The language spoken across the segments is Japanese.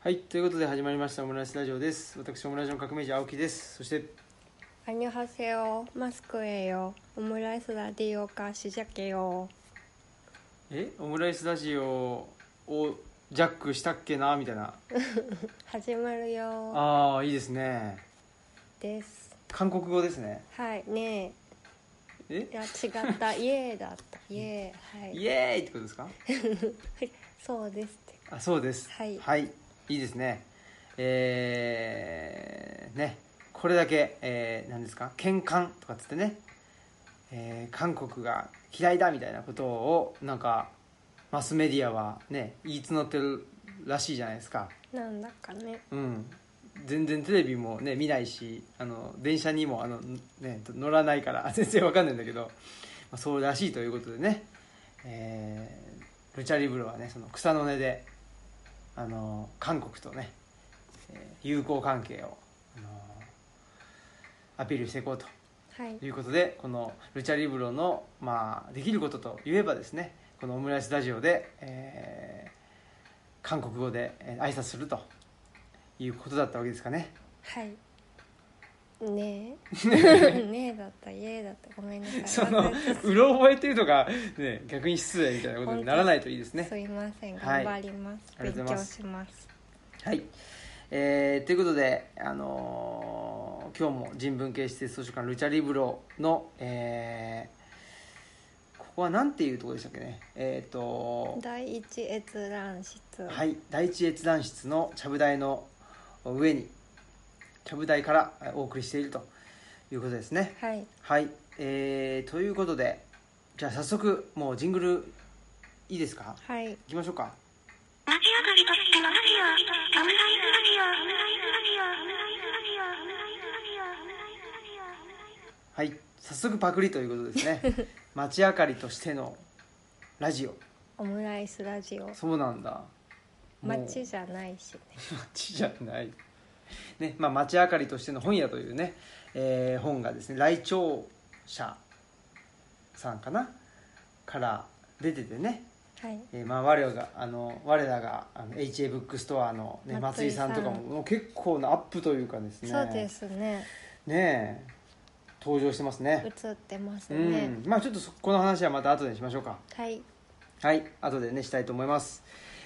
はい、ということで始まりましたオムライスラジオです。私オムライスの革命児青木です。そしてアニョハセヨマスクへよオムライスラディオカシジャケよえオムライスラジオをジャックしたっけなみたいな。始まるよああいいですね。です韓国語ですね。はいねええいや違ったイエーだったイエーはいイエーイってことですか？そうですってあそうです。はいい、いいですね。えー、ねこれだけ、えー、何ですか喧嘩とかっつってね、えー韓国が嫌いだみたいなことをなんかマスメディアはね言い募ってるらしいじゃないですか。なんだかねうん。全然テレビもね見ないしあの電車にもあの、ね、乗らないから 全然わかんないんだけど、まあ、そうらしいということでね、えールチャリブロはねその草の根であの韓国とね、えー友好関係をあのアピールしていこうとはいということでこの「ルチャリブロの」まあ、できることといえばですねこのオムライスラジオで、えー韓国語でえー挨拶するということだったわけですかねはいねえねえだったイエーだったごめんなさいその忘れてうろ覚えというのが、ね、逆に失礼みたいなことにならないといいですたねすいませんはい頑張ります、ありがとう勉ございま強すしますはい、えーということで、あのー今日も人文系施設図書館ルチャリブロの、えーここはなんていうところでしたっけねえっ、と第一閲覧室はい、第一閲覧室のちゃぶ台の上にちゃぶ台からえお送りしているということですねはいはい、えー、ということでじゃあ早速もうジングルいいですかはいいきましょうか立ち上がりとしてのラジオ、オムライスラジオ、オムライスラジオ、オムライスラジオ、オムライスラジオ、オムライスラジオ、オムライスラジオ。はい早速パクリということですね街明かりとしてのラジオオムライスラジオそうなんだもう街じゃないしね街じゃない、ねまあ、街明かりとしての本屋というね、えー本がですね来庁者さんかなから出ててね、はいえーまあ、我らがあの我らがあの HA ブックストアの、ね、松松井井ささんんとかももう結構なアップというかですねそうですねねえ登場してますね映ってますうね、んまあちょっとそこの話はまた後でしましょうかはいはい、後でねしたいと思います。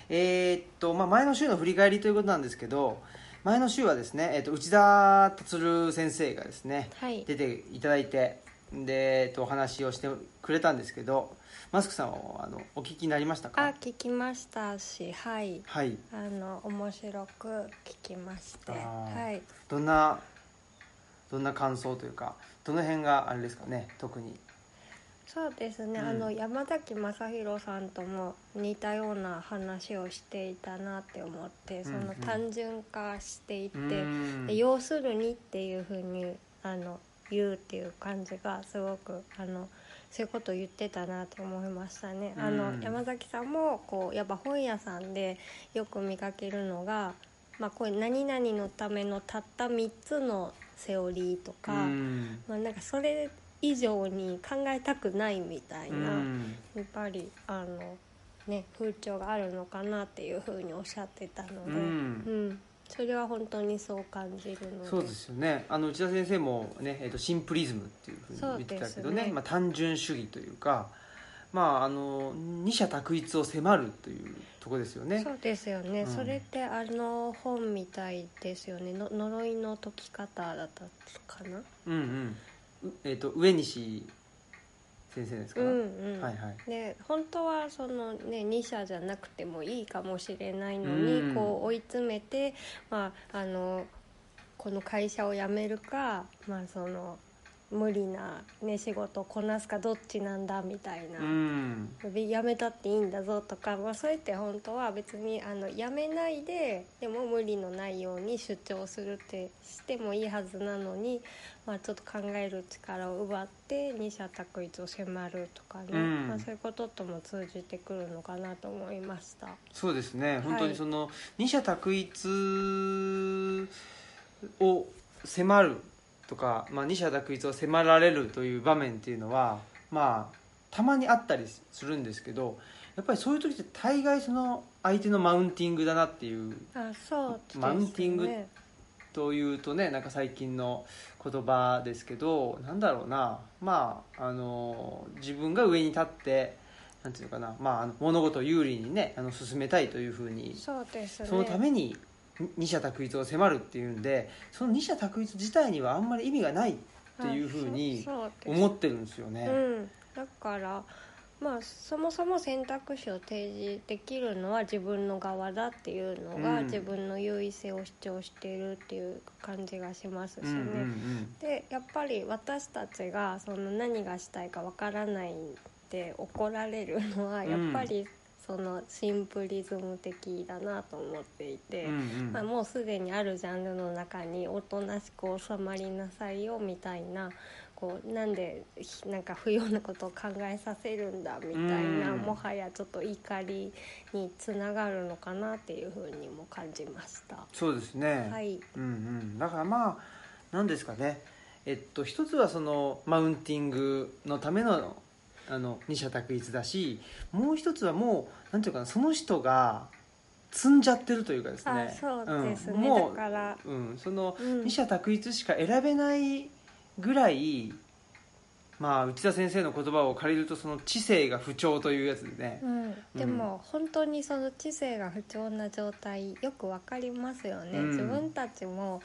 えーっとまあ前の週の振り返りということなんですけど、前の週はですね、えーっと内田達先生がですね、はい出ていただいてでえーっとお話をしてくれたんですけど、マスクさんはあのお聞きになりましたあか？聞きましたしはいはい。あの面白く聞きましてあーはいどんなどんな感想というか、どの辺があれですかね、特に。そうですね、うんあの山崎正弘さんとも似たような話をしていたなって思ってそうんうのん単純化していって、うーんで要するにっていうふうにあの言うっていう感じがすごくあのそういうことを言ってたなと思いましたね。あのうん山崎さんもこうやっぱ本屋さんでよく見かけるのが、まあ、こういう何々のためのたった3つのセオリーとうか,、んまあ、なんかそれ以上に考えたくないみたいうな。んやっぱりあのね風潮があるのかなっていうふうにおっしゃってたので、うんんそれは本当にそう感じるのでそうですよねあの内田先生も、ねえー、とシンプリズムっていうふうに言ってたけどねそうですねまあ、単純主義というか、まあ、あの二者択一を迫るというとこですよねそうですよね、うんそれってあの本みたいですよねの呪いの解き方だったかなうんうんうえー、と上西先生ですかうら、んうん、はいはいで本当はその、ね、2社じゃなくてもいいかもしれないのに、うんこう追い詰めて、まあ、あのこの会社を辞めるか、まあ、その無理な、ね、仕事をこなすかどっちなんだみたいな。うんで辞めたっていいんだぞとか、まあ、そうやって本当は別にあの辞めないででも無理のないように主張するってしてもいいはずなのに、まあ、ちょっと考える力を奪って二者択一を迫るとかね、うんまあ、そういうこととも通じてくるのかなと思いました。そうですねい本当にその、二者択一を迫るとか、まあ、二者択一を迫られるという場面っていうのはまあたまにあったりするんですけどやっぱりそういう時って大概その相手のマウンティングだなっていうあそうですねマウンティングというとねなんか最近の言葉ですけどなんだろうなまああの自分が上に立ってなんていうのかな、まあ、あの物事を有利にねあの進めたいというふうにそうですねそのためにに二者択一を迫るっていうんでその二者択一自体にはあんまり意味がないっていうふうにあそうそうです思ってるんですよね。うん、だからまあそもそも選択肢を提示できるのは自分の側だっていうのが、うん自分の優位性を主張しているっていう感じがしますしね。うんうんでやっぱり私たちがその何がしたいかわからないって怒られるのはうんやっぱりそのシンプリズム的だなと思っていて。うんうんまあ、もうすでにあるジャンルの中におとなしく収まりなさいよみたいなこうなんでひなんか不要なことを考えさせるんだみたいなうんもはやちょっと怒りにつながるのかなっていうふうにも感じました。そうですね、はい、うんうん、だからまあ何ですかね、えっと、一つはそのマウンティングのためのあの二者択一だしもう一つはもうなんていうかなその人が積んじゃってるというかですあねそうですね、んもうだから、うん、そのうん二者択一しか選べないぐらい、まあ、内田先生の言葉を借りるとその知性が不調というやつでね、うん、でも本当にその知性が不調な状態よくわかりますよね、うん自分たちも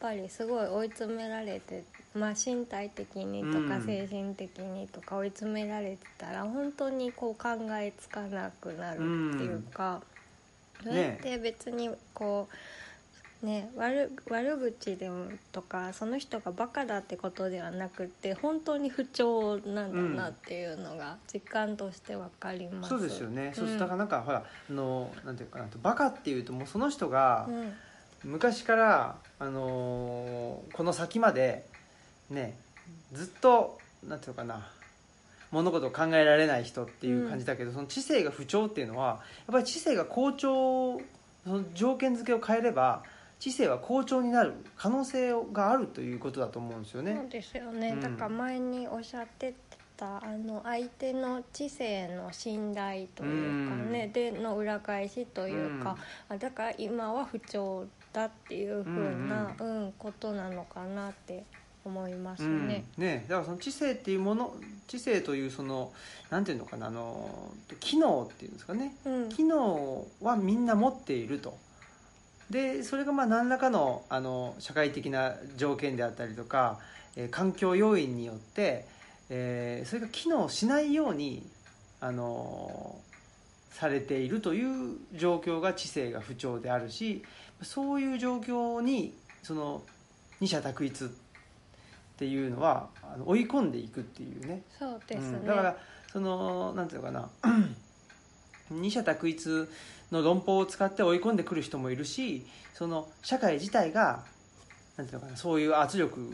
やっぱりすごい追い詰められて、まあ、身体的にとうかん精神的にとか追い詰められてたら本当にこう考えつかなくなるっていうか、んそうやって別にこう。ね、悪悪口でもとかその人がバカだってことではなくて本当に不調なんだなっていうのが実感として分かります。そうですよね、そううんだからなんかほらあのなんていうかなバカっていうともうその人がうん昔から、あのーこの先までねずっとなんていうかな物事を考えられない人っていう感じだけど、その知性が不調っていうのはやっぱり知性が好調その条件付けを変えれば知性は好調になる可能性があるということだと思うんですよそうね。ですよね、うんだから前におっしゃってたあの相手の知性の信頼というかね、うんでの裏返しというか、あだから今は不調だっていうふうな、うんことなのかなって思いますうんね。ねだからその知性っていうもの知性というそのなんていうのかなあの機能っていうんですかねうん、機能はみんな持っているとでそれがまあ何らかのあの社会的な条件であったりとか、えー環境要因によって、えーそれが機能しないように、あのーされているという状況が知性が不調であるしそういう状況にその二者択一っていうのはあの追い込んでいくっていうねそうですね、うんだからそのなんていうのかな 二者択一の論法を使って追い込んでくる人もいるしその社会自体がなんていうのかなそういう圧力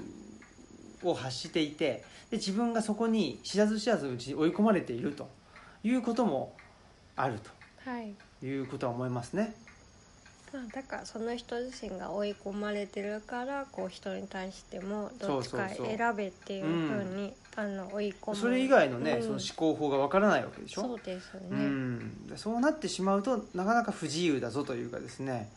を発していてで自分がそこに知らず知らずのうちに追い込まれているということもあるはいということは思いますね。まあ、だからその人自身が追い込まれてるからこう人に対してもどっちそかうそうそう選べっていうふうにあの追い込むそれ以外のね、うんその思考法がわからないわけでしょ。そうですね、うん、でそうなってしまうとなかなか不自由だぞというかですね、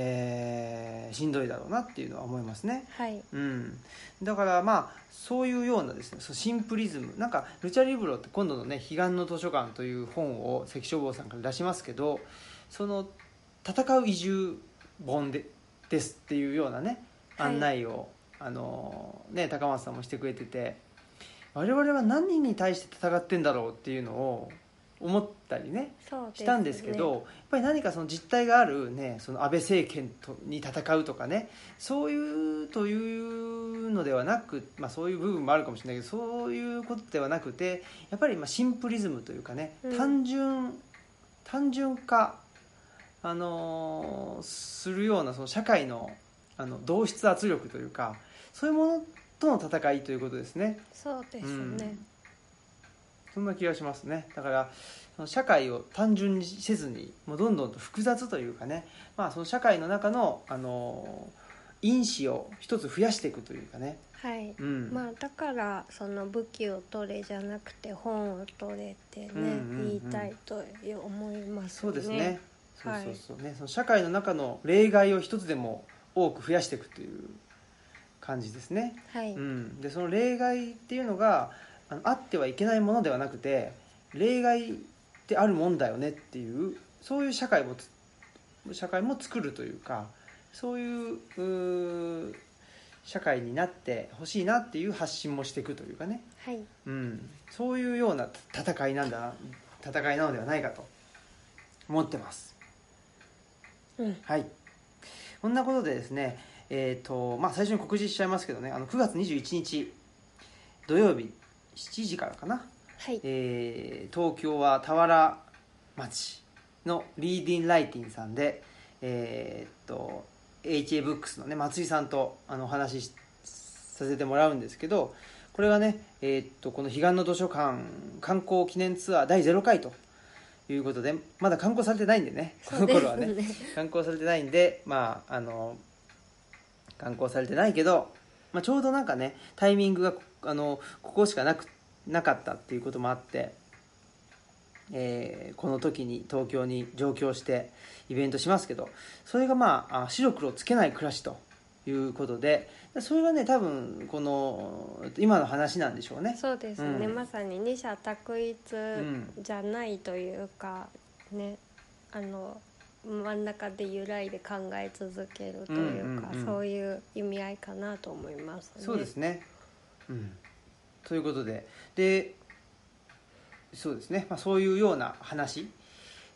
えーしんどいだろうなっていうのは思いますね。はいうん、だからまあそういうようなですねそうシンプリズムなんかルチャリブロって今度のね「彼岸の図書館」という本を関消防さんから出しますけどその「戦う移住本でです」っていうようなねはい案内を、あのね高松さんもしてくれてて我々は何に対して戦ってんだろうっていうのを思ったりねそうですしねたんですけど、やっぱり何かその実態がある、ね、その安倍政権とに戦うとかねそういうというのではなく、まあ、そういう部分もあるかもしれないけどそういうことではなくてやっぱりまあシンプリズムというかね、うん単純単純化、あのーするようなその社会のあの同質圧力というかそういうものとの戦いということですね。そうですうねん、そんな気がしますねだからその社会を単純にせずにもうどんどんと複雑というかね、まあ、その社会の中の、あの因子を一つ増やしていくというかね、はい、うんまあだからその武器を取れじゃなくて本を取れってね、うんうんうん言いたいと思いますそようねですねそうはいそうそうね、その社会の中の例外を一つでも多く増やしていくという感じですね、はい、うん、でその例外っていうのがあのあってはいけないものではなくて例外ってあるもんだよねっていうそういう社会もつ社会も作るというかそういううー社会になってほしいなっていう発信もしていくというかね、はいうん、そういうような戦いなんだ戦いなのではないかと思ってます。うんはい、こんなことでですね、えーとまあ、最初に告示しちゃいますけどねあの9月21日土曜日7時からかな、はいえー東京は田原町のリーディンライティンさんで、えーっと HA ブックスのね松井さんとあのお話ししさせてもらうんですけどこれはね、えーっとこの彼岸の図書館観光記念ツアー第0回ということでまだ観光されてないんでねこの頃はねそうです観光されてないんでまああの観光されてないけど、まあ、ちょうどなんかねタイミングがあのここしかなくなかったっていうこともあって、えーこの時に東京に上京してイベントしますけどそれがまああ白黒つけない暮らしということでそれがね多分この今の話なんでしょうね そうですね、うんまさに二者択一じゃないというか、ねあの真ん中で揺らいで考え続けるというか、うんうんうんそういう意味合いかなと思いますね。そうですね。うん、ということででそうですね、まあ、そういうような話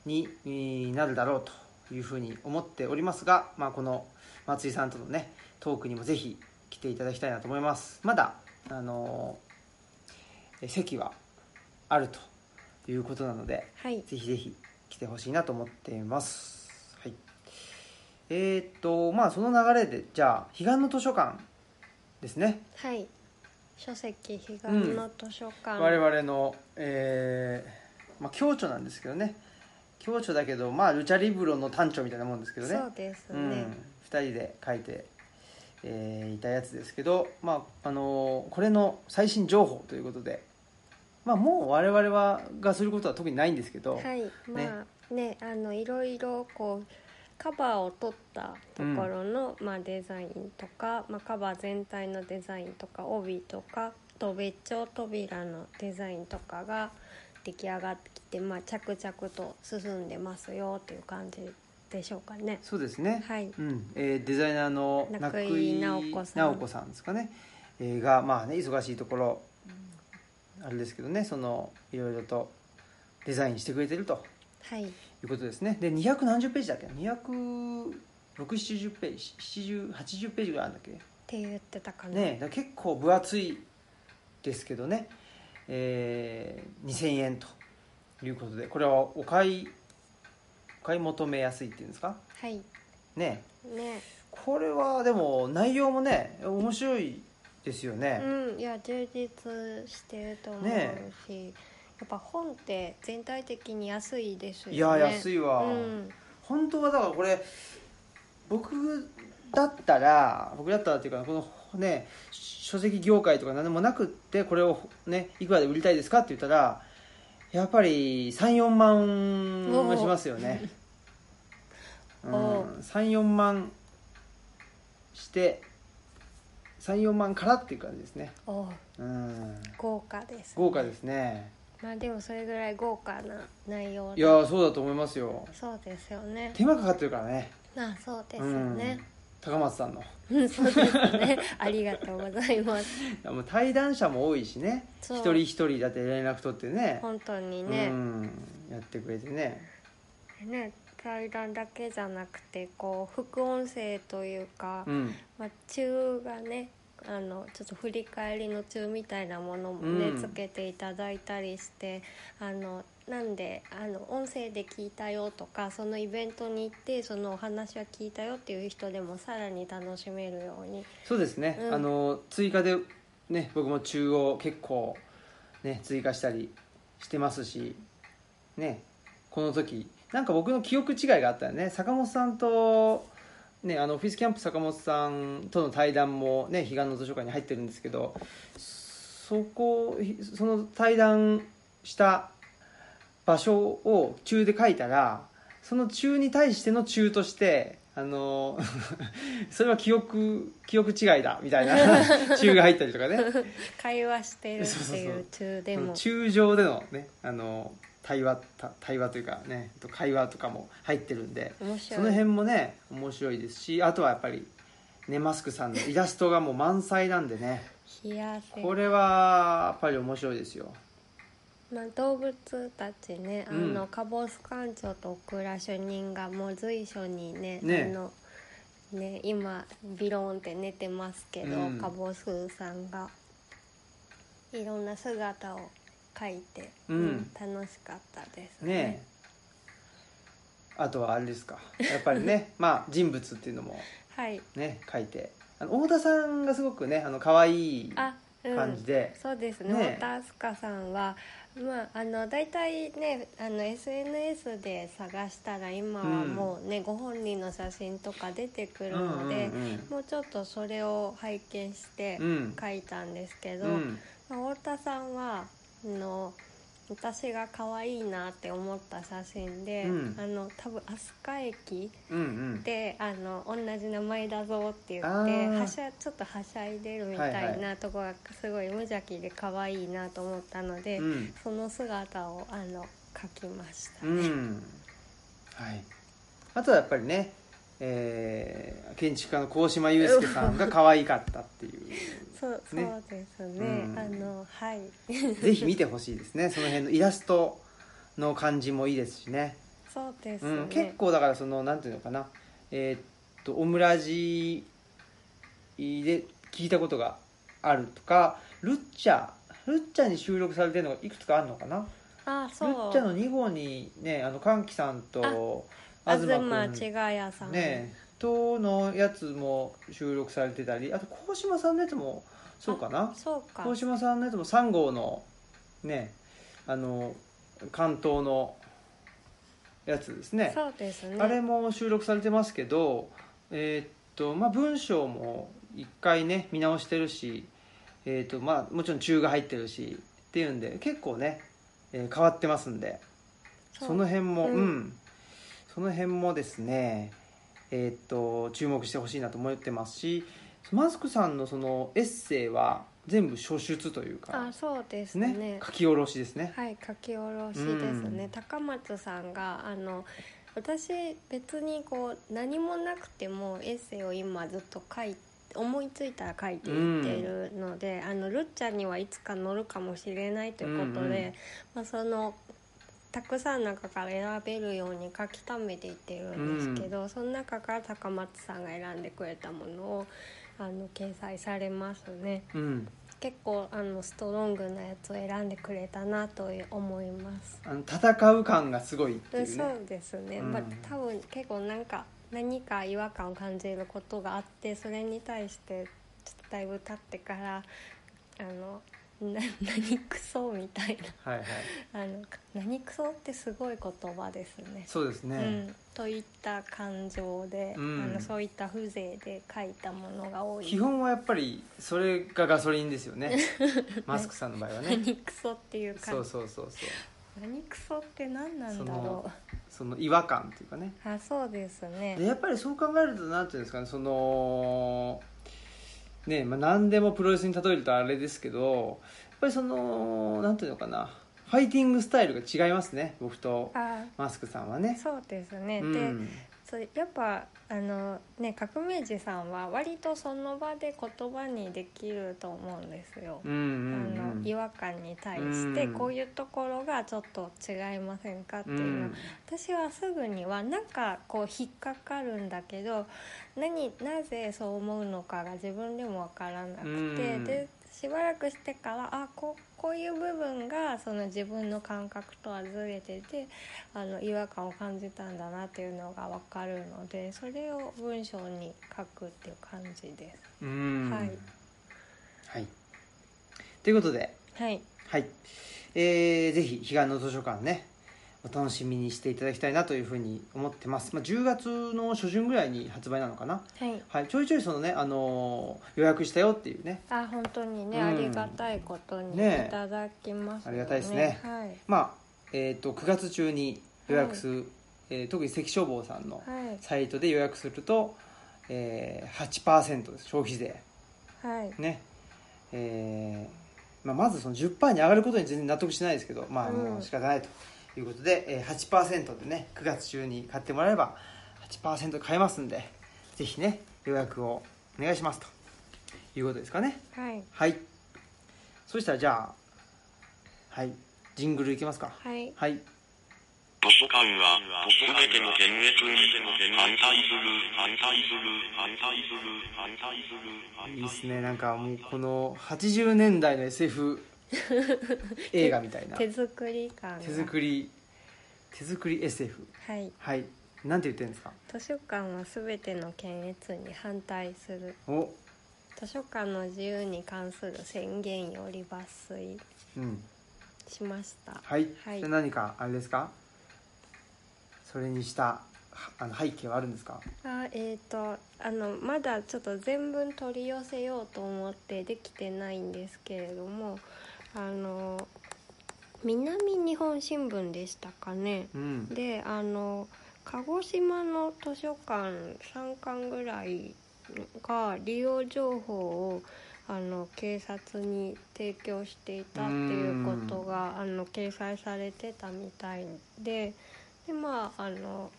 にえーなるだろうというふうに思っておりますが、まあ、この松井さんとのねトークにもぜひ来ていただきたいなと思いますまだあのーえ席はあるということなのではいぜひぜひ来てほしいなと思っています。はい。えーっと、まあその流れで、じゃあ、彼岸の図書館ですね。はい書籍彼岸うんの図書館、我々の、えーまあ共著なんですけどね。共著だけど、まあルチャリブロの短調みたいなもんですけどね。そうですうんね、、 2人で書いて、えーいたやつですけど、まああのーこれの最新情報ということで、まあ、もう我々はがすることは特にないんですけど、はいまあねあのいろいろこうカバーを取ったところの、まあ、デザインとか、まあ、カバー全体のデザインとか帯とかあと別帳扉のデザインとかが出来上がってきて、まあ、着々と進んでますよっていう感じでしょうかね。そうですね、はいうんえーデザイナーの中井直子さん直子さんですかね、えーがまあね忙しいところあれですけどねそのいろいろとデザインしてくれてるとはいいうことですねで200何十ページだっけ26070ページ7080ページぐらいあるんだっけって言ってたかな、ね、だから結構分厚いですけどね、えー2000円ということでこれはお買いお買い求めやすいっていうんですかはいねねこれはでも内容もね面白いですよね、うん、いや充実してると思うし、ねやっぱ本って全体的に安いですよねいや安いわ、うん、本当はだからこれ僕だったら僕だったらっていうかこのね書籍業界とか何でもなくってこれをねいくらで売りたいですかって言ったらやっぱり34万はしますよね、うおん、ー お34万して34万からっていう感じですねおうん豪華です、豪華ですねまあでもそれぐらい豪華な内容いでやーそうだと思いますよそうですよね手間かかってるからねあそうですよね、うん、高松さんのうん、 そうですねありがとうございます もう対談者も多いしねそう一人一人だって連絡取ってね本当にうね、ん、やってくれてねね対談だけじゃなくてこう副音声というか、うんまあ、中がねあのちょっと振り返りの中みたいなものもね、うんつけていただいたりしてあのなんであの音声で聞いたよとかそのイベントに行ってそのお話は聞いたよっていう人でもさらに楽しめるようにそうですね、うんあの追加でね僕も中央結構ね追加したりしてますしねこの時なんか僕の記憶違いがあったよね坂本さんとね、あのフィスキャンプ坂本さんとの対談も、ね、彼岸の図書館に入ってるんですけどそこひその対談した場所を中で書いたらその中に対しての中としてあのそれは記憶記憶違いだみたいな 中が入ったりとかね会話してるっていう中でも中上でのねあの対話た対話というかねと会話とかも入ってるんで面その白い辺もね面白いですしあとはやっぱりねマスクさんのイラストがもう満載なんでね冷や汗これはやっぱり面白いですよまあ、動物たちねあの、うんカボス艦長とオクラ主任がもう随所にねねあのね今ビローンって寝てますけど、うんカボスさんがいろんな姿を描いて、うん楽しかったですねあとはあれですかやっぱりね まあ人物っていうのもはいね書いてあの太田さんがすごくねあの可愛いあうん感じで、そうですねね太田明日香さんは、まあ、あの大体ねあの SNS で探したら今はもうね、ご本人の写真とか出てくるので、もうちょっとそれを拝見してうんうん書いたんですけど、うんうんまあ太田さんはあの私が可愛いなって思った写真で、うんあの多分飛鳥駅うんうんであの同じ名前だぞって言ってあーはしゃちょっとはしゃいでるみはたいいはなとこがすごい無邪気で可愛いなと思ったので、うんその姿をあの描きました、うんはい、あとはやっぱりね、えー建築家の鴻島雄介さんが可愛かったっていう そうそねうですねうんあのはいぜひ見てほしいですねその辺のイラストの感じもいいですしねそうですうね、ん、結構だからそのなんていうのかなえーっとオムラジで聞いたことがあるとかルッチャルッチャに収録されてるのがいくつかあるのかなあルそうッチャの2号にねあの歓喜さんと東君千賀屋さん、ねえとのやつも収録されてたりあと鴻島さんのやつもそうかなそうか鴻島さんのやつも3号のねあの関東のやつですねそうですねあれも収録されてますけどえーっとまあ文章も一回ね見直してるしえーっとまあもちろん中が入ってるしっていうんで結構ね、えー変わってますんでそうその辺も、ううんんその辺もですね、えーっと注目してほしいなと思ってますしマスクさんのそのエッセイは全部初出というかあそうですねね書き下ろしですね。はい書き下ろしですね、うん高松さんがあの私別にこう何もなくてもエッセイを今ずっと書い思いついたら書いていってるので、あのるっちゃんにはいつか乗るかもしれないというこうんとで、うんまあ、そのたくさんの中から選べるように書き溜めていってるんですけど、その中から高松さんが選んでくれたものをあの掲載されますね。うん結構あのストロングなやつを選んでくれたなと思います。あの戦う感がすごいってういんうそねうですね、うんまあ、多分結構なんか何か違和感を感じることがあってそれに対してちょっとだいぶ経ってからあのな 何クソみたいはいはいなあの何クソってすごい言葉ですね。そうですうね、ん、といった感情で、うんあのそういった風情で書いたものが多い基本はやっぱりそれがガソリンですよ ねマスクさんの場合はね何クソっていう感じそうそうそうそう何クソって何なんだそのろその違和感っていうかねうあそうですねでやっぱりそう考えるとなんていうんですかねそのねまあ、何でもプロレスに例えるとあれですけどやっぱりそのなんていうのかなファイティングスタイルが違いますね僕とあマスクさんはねそうですね、うでんそうやっぱあのね革命児さんは割とその場で言葉にできると思うんですよ、うんうんあうのん違和感に対して、うんこういうところがちょっと違いませんかってういうのをん私はすぐにはなんかこう引っかかるんだけど何なぜそう思うのかが自分でもわからなくて、うんでしばらくしてからあこうこういう部分がその自分の感覚とはずれててあの違和感を感じたんだなっていうのがわかるのでそれを文章に書くっていう感じです。うんはいはいということではい、はい、えーぜひ彼岸の図書館ねお楽しみにしていただきたいなというふうに思ってます、まあ、10月の初旬ぐらいに発売なのかな、はいはい、ちょいちょいそのね、あのー予約したよっていうねあ本当にね、うんありがたいことにねいただきます、ありがたいですねはいまあえー、と9月中に予約する、えー特に関消防さんのはいサイトで予約すると、えー、8%です消費税はいねえーまあ、まずその10%に上がることに全然納得してないですけどまあうんもう仕方ないということで、えー、8%でね9月中に買ってもらえば8%で買えますんでぜひね予約をお願いしますということですかねはいはいそしたらじゃあはいジングルいきますかはいはい図書館は、すべての幻滅に反対する、反対する、反対する、反対する、反いい対ですする。ねなんかもうこの80年代の SF 映画みたいな手作り感が手作り手作り SF はいはいなんて言ってるんですか図書館はすべての検閲に反対するお図書館の自由に関する宣言より抜粋うんしましたはい、はいじゃあ何かあれですかそれにしたはあの背景はあるんですかあえー、とあのまだちょっと全文取り寄せようと思ってできてないんですけれどもあの南日本新聞でしたかねうんであの鹿児島の図書館3巻ぐらいが利用情報をあの警察に提供していたっていうことがあの掲載されてたみたいででまああの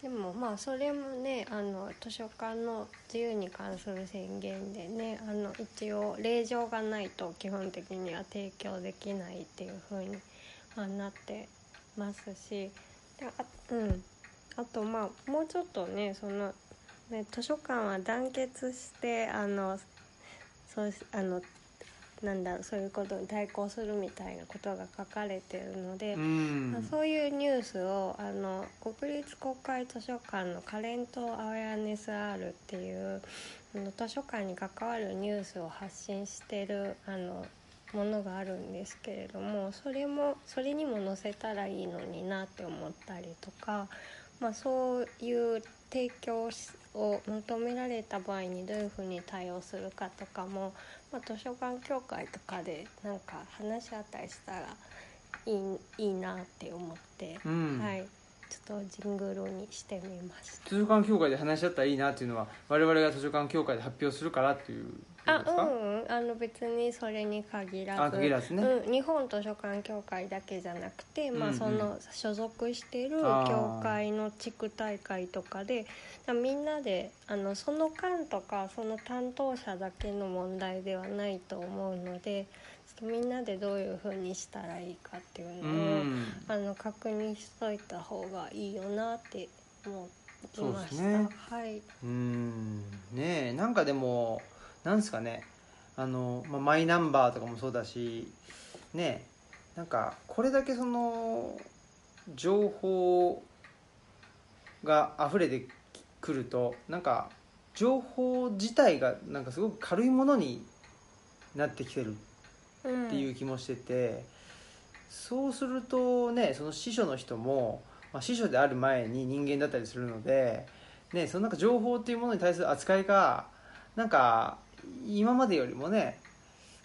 でもまあそれもねあの図書館の自由に関する宣言でねあの一応令状がないと基本的には提供できないっていう風にまあなってますしであ,、うん、あとまあもうちょっとねそのね図書館は団結してあのそうしあのなんだろうそういうことに対抗するみたいなことが書かれてるので。うんまあそういうニュースをあの国立国会図書館のカレントアウェアネス R っていうあの図書館に関わるニュースを発信してるあのものがあるんですけれどもそれもそれにも載せたらいいのになって思ったりとか、まあ、そういう提供しを求められた場合にどういうふうに対応するかとかも、まあ、図書館協会とかでなんか話し合ったりしたらいいいいなって思って、うんはい、ちょっとジングルにしてみました。図書館協会で話し合ったらいいなっていうのは我々が図書館協会で発表するからっていうことあですか、うんうんあの別にそれに限らずあ限らずねうん、日本図書館協会だけじゃなくて、うんうまあ、んその所属してるあー協会の地区大会とかでだみんなであのその間とかその担当者だけの問題ではないと思うのでちょっとみんなでどういうふうにしたらいいかっていううのを、んあの確認しといた方がいいよなって思いましそうですた。ねはい、うんねえなんかでもなんですかねあの、まあ、マイナンバーとかもそうだしねえなんかこれだけその情報が溢れてくるとなんか情報自体がなんかすごく軽いものになってきてるうんっていう気もしてて、そうするとねその司書の人も、まあ、司書である前に人間だったりするので、ね、そのなんか情報っていうものに対する扱いがなんか今までよりもね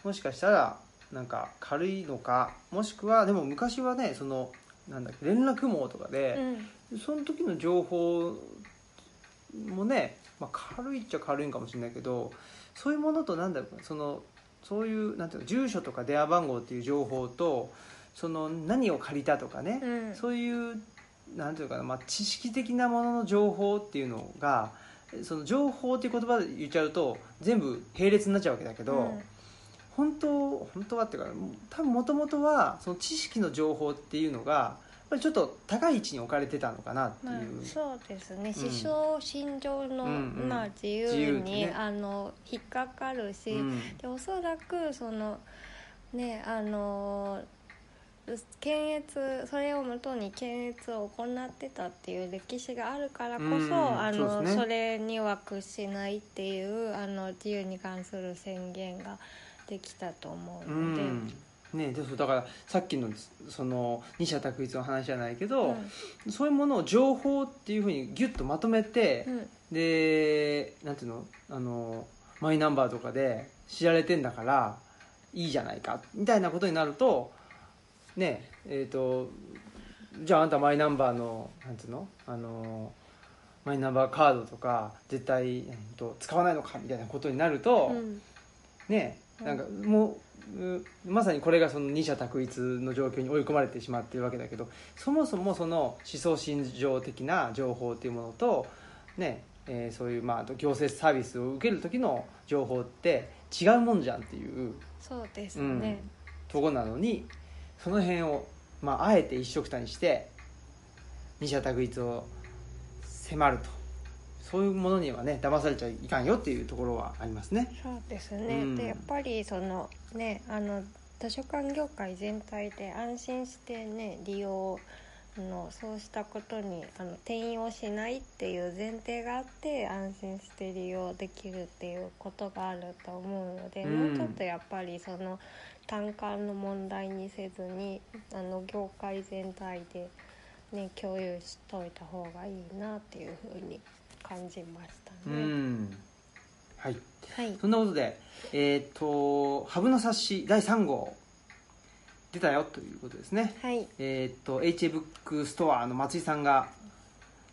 もしかしたらなんか軽いのかもしくはでも昔はねそのなんだっけ連絡網とかうで、んその時の情報もね、まあ、軽いっちゃ軽いんかもしれないけどそういうものとなんだろうそのそういうなんていうの住所とか電話番号っていう情報とその何を借りたとかね、うんそういうなんていうのかな、まあ、知識的なものの情報っていうのがその情報っていう言葉で言っちゃうと全部並列になっちゃうわけだけど、うん本当本当はっていうか多分もともとはその知識の情報っていうのがやっぱりちょっと高い位置に置かれてたのかなっていまあう、そうですね思想心情の、うんうんまあ、自自由由ににねあの引っかかるし、うんでおそらくそのねあの検閲それをもとに検閲を行ってたっていう歴史があるからこそ、うんあのそうそ,、ですねれには屈しないっていうあの自由に関する宣言ができたと思ううので、んね、でそうだからさっきのその二者択一の話じゃないけうど、んそういうものを情報っていうふうにギュッとまとめて、うんでなんていうのあのマイナンバーとかで知られてんだからいいじゃないかみたいなことになるとねえっ、とじゃああんたマイナンバーのなんていうのあのマイナンバーカードとか絶対、えっと使わないのかみたいなことになると、うんねうんなんかもううまさにこれがその二者択一の状況に追い込まれてしまっているわけだけどそもそもその思想信条的な情報っていうものと、ねえーそういう、まあ、あと行政サービスを受ける時の情報って違うもんじゃんっていうそうですね、とこなのにその辺を、まあ、あえて一緒くたにして二者択一を迫るとそういうものにはね騙されちゃいかんよっていうところはありますね。そうですね、うんでやっぱりそのねあの図書館業界全体で安心してね利用をあのそうしたことにあの転用しないっていう前提があって安心して利用できるっていうことがあると思うので、うんもうちょっとやっぱりその単価の問題にせずにあの業界全体で、ね、共有しといた方がいいなっていうふうに感じましたうね。んはいはいそんなことで、えー、とハブの冊子第3号出たよということですね、はいえー、と HA ブックストアの松井さんが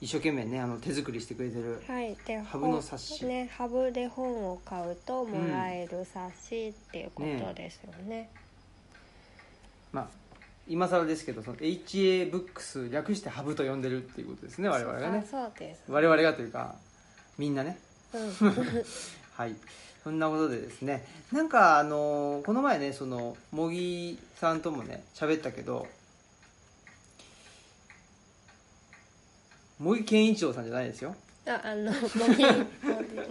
一生懸命ねあの手作りしてくれてるはい、でハブの冊子本ねハブで本を買うともらえる冊子っていうことですよね。まあ今更ですけどその HA ブックス略してハブと呼んでるっていうことですね我々がねそうあそうです。我々がというかみんなね うん、はい、そんなことでですねなんかあのこの前ねその茂木さんともね喋ったけど茂木健一郎さんじゃないですよあ、あの茂木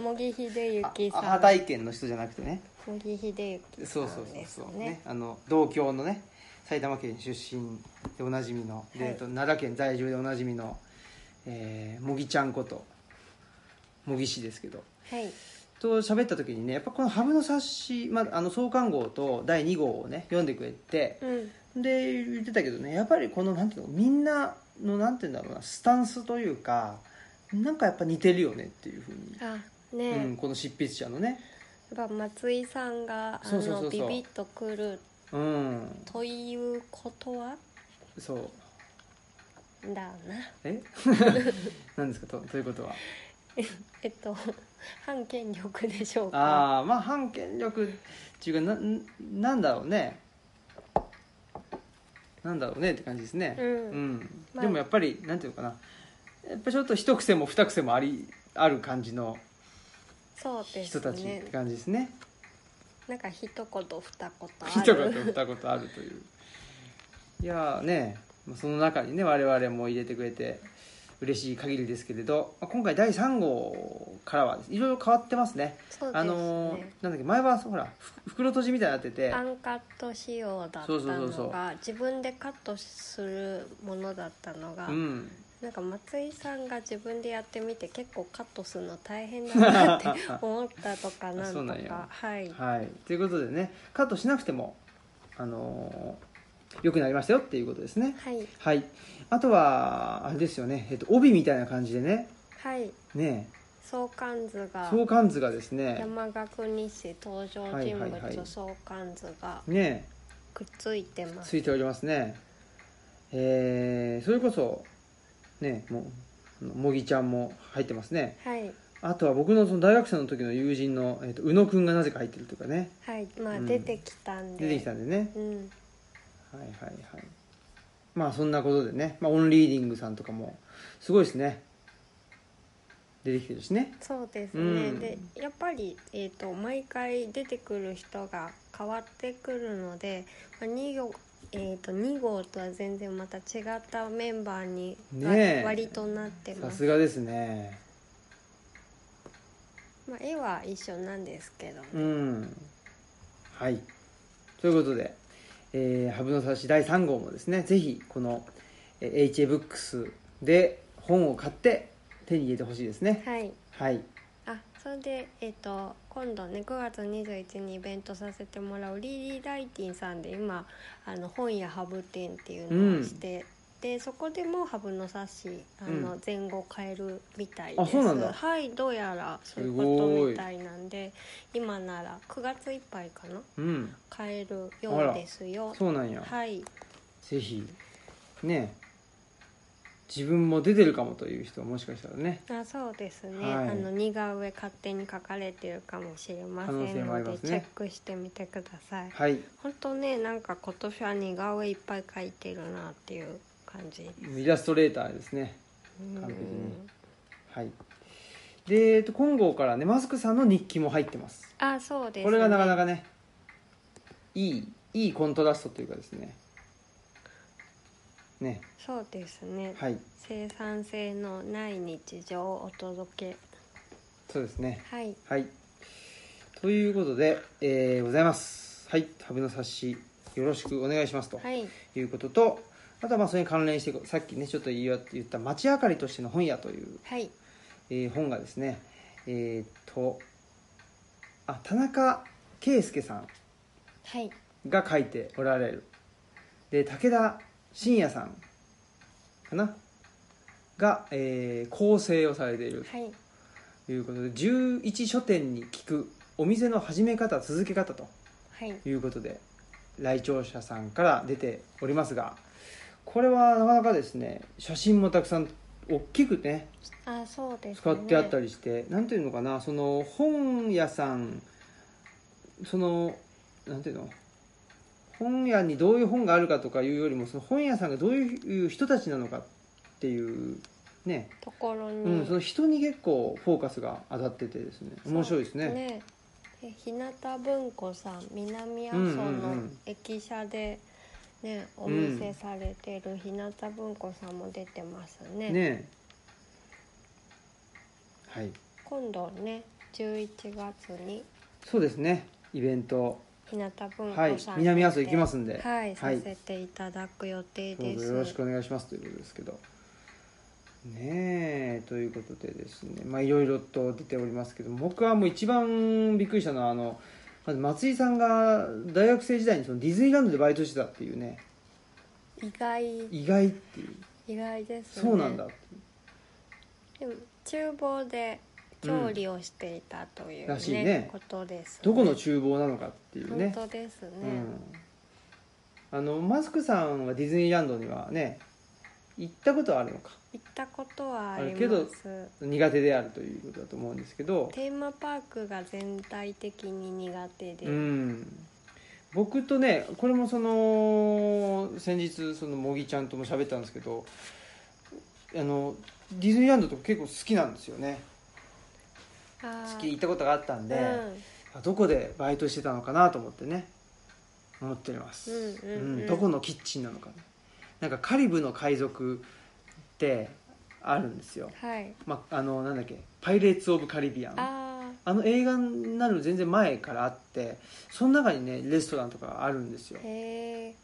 茂木秀幸あアさハん、体験の人じゃなくてね茂木秀幸そうさそうんそうですそうねね。あの同郷のね埼玉県出身でおなじみの、ではいえっと奈良県在住でおなじみの、えー、茂木ちゃんこと茂木氏ですけどはい、と喋った時にねやっぱこのハブの冊子、まあ、あの創刊号と第2号をね読んでくれてうん、で言ってたけどねやっぱりこのなんていうのみんなのなんていうんだろうなスタンスというかなんかやっぱ似てるよねっていうふうに、あ、ね、うん、この執筆者のねやっぱ松井さんがあそうそうそうそのうビビッとくるうんということはそうだな。 え何ですかとということはえっと 反権力でしょうか。ああまあ反権力っていうかななんだろうねなんだろうねって感じですねうんんまあでもやっぱりなんていうのかなやっぱちょっと一癖も二癖もありある感じのそうです人たちっねて。感じですねなんか一言二言ある一言二言あるといういやーねまあその中にね我々も入れてくれて嬉しい限りですけれどまあ今回第3号からはですいろいろ変わってますねそうですね、あのーなんだっけ前はほらふ袋閉じみたいになっててアンカット仕様だったのがそうそうそうそう自分でカットするものだったのが、うんなんか松井さんが自分でやってみて結構カットするの大変だなって 思ったとかなんそうとなんかやはい、はいということでねカットしなくてもあのー良くなりましたよっていうことですねはいはいあとはあれですよね、えっと、帯みたいな感じでねはい、ね相関図が相関図がですね山岳日誌登場人はいはいは物い相関図がねくっついてます、ついておりますねえー、それこそねもうあのもぎちゃんも入ってますねはいあとは僕のその大学生の時の友人の、えっと宇野くんがなぜか入ってるというかねはいまあうん出てきたんで、出てきたんでねうんはいはいはいまあそんなことでね、まあ、オンリーディングさんとかもすごいですね出てきてるしねそうですね、うんでやっぱり、えー、と毎回出てくる人が変わってくるので、まあ、2, 号えー、と2号とは全然また違ったメンバーにねえわ割となってさますす、がですねまあ、絵は一緒なんですけど、うんはいということで、えー、ハブの冊子第3号もですねぜひこのえー HA ブックスで本を買って手に入れてほしいですねはいはいあそれで、えっと今度ね9月21日にイベントさせてもらうリリー・ライティンさんで今あの本屋ハブ展っていうのをして、でそこでもハブの冊子あの、うん前後変えるみたいですあそうなんだはいどうやらそういうすこごといみたいなんで今なら9月いっぱいかなうん変えるようですよそうなんやはいぜひね自分も出てるかもという人はもしかしたらねあそうですね、はいあの似顔絵勝手に描かれてるかもしれません可能性もあのりで、ますねチェックしてみてくださいはい本当ねなんか今年は似顔絵いっぱい描いてるなっていう感じイラストレーターですねうん完璧にはいで、えっと、今号からねマスクさんの日記も入ってますあそうです、ね、これがなかなかねいいいいコントラストというかですねねそうですね、はい生産性のない日常をお届けそうですねはいはいということで、えーございますはいハブの冊子よろしくお願いしますとはいいうことと、あとはまあそれに関連してさっきねちょっと言いわ言った「街明かりとしての本屋」という、はいえー本がですねえーっとあ田中圭介さんはいが書いておられるで武田信也さんかなが、えー構成をされているはいということで11書店に聞くお店の始め方続け方とはいいうことで来庁者さんから出ておりますがこれはなかなかですね写真もたくさん大きくねあそうですね使ってあったりりして、なんていうのかなその本屋さんそのなんていうの本屋にどういう本があるかとかいうよりもその本屋さんがどういう人たちなのかっていうね、ところに、うんその人に結構フォーカスが当たっててですね面白いですねそうで日向文庫さん南阿蘇うんうんうのん駅舎で、ねお店されてる日向文庫さんも出てますねねはい今度ね11月にそうですねイベント日向文庫さはんいにて、南阿蘇行きますんでははいさせていただく予定どうでぞす、よろしくお願いしますということですけどねえということでですねまあいろいろと出ておりますけど僕はもう一番びっくりしたのはあのまず松井さんが大学生時代にそのディズニーランドでバイトしてたっていうね意外意外っていう意外ですねそうなんだってでも厨房で調理をしていたという、ねうんらしいねことです、どこの厨房なのかっていうね本当ですね、うん、あのマスクさんはディズニーランドにはね行ったことはあるのか行ったことはあありるけどます苦手であるということだと思うんですけどテーマパークが全体的に苦手で、うん僕とねこれもその先日その茂木ちゃんとも喋ったんですけどあのディズニーランドとか結構好きなんですよねあー好き行ったことがあったんで、うんあどこでバイトしてたのかなと思ってね思ってます、うんうんうんどこのキッチンなのかねなんかカリブの海賊ってあるんですよ、はいまあ、あのなんだっけ「パイレーツ・オブ・カリビアン」ああの映画になる全然前からあってその中にねレストランとかがあるんですよーへえ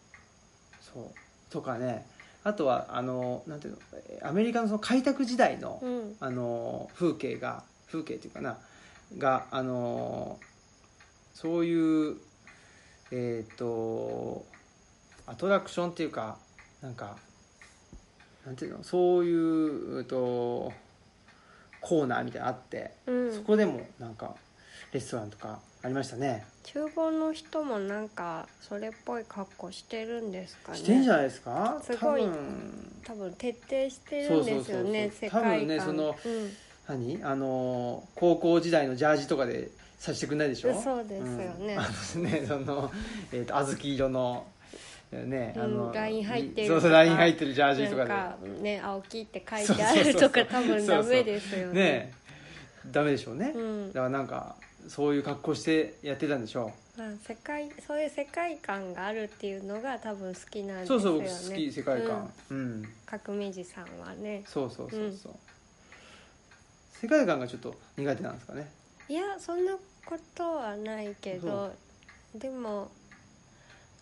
そうとかねあとはあのなんていうのえアメリカのその開拓時代の,、うんあの風景が風景っていうかながあのそういうえっ、とアトラクションっていうかなんかなんていうのそういう、えっと、コーナーみたいなのあって、うんそこでもなんかレストランとかありましたね厨房の人もなんかそれっぽい格好してるんですかねしてんじゃないですかすごい多分多分徹底してるんですそうそうそうよねそう世界観多分ねそのうん何あのー高校時代のジャージとかでさしてくんないでしょそうですよねんあのねその、えー、と小豆色のねうんあのライン入ってるそうそうとかライン入ってるジャージとなかんでかね青木って書いてそうそあるうそうそとうか多分ダメですよねねダメでしょうね、うんだからなんかそういう格好してやってたんでしょまあ世界そういう世界観があるっていうのが多分好きなんうですそようねそう僕好き世界観、うん、うん、革命児さんはねそうそうそうそう、世界観がちょっと苦手なんですかねいやそんなことはないけどでも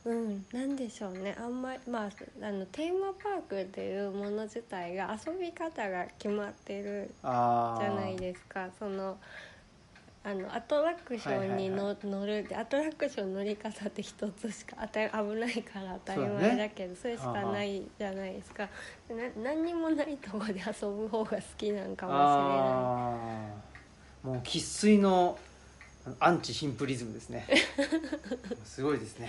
うんなんでしょうねあんまりまああのテーマパークっていうもの自体が遊び方が決まってるああじゃないですかそのあのアトラクションにはの乗るアトラクション乗り方って一つしか当た危ないから当たりそうだね前だけどそれしかないじゃないですかな何にもないとこで遊ぶ方が好きなんかもしれないああもう生粋のあのアンチシンプリズムですねすごいですね。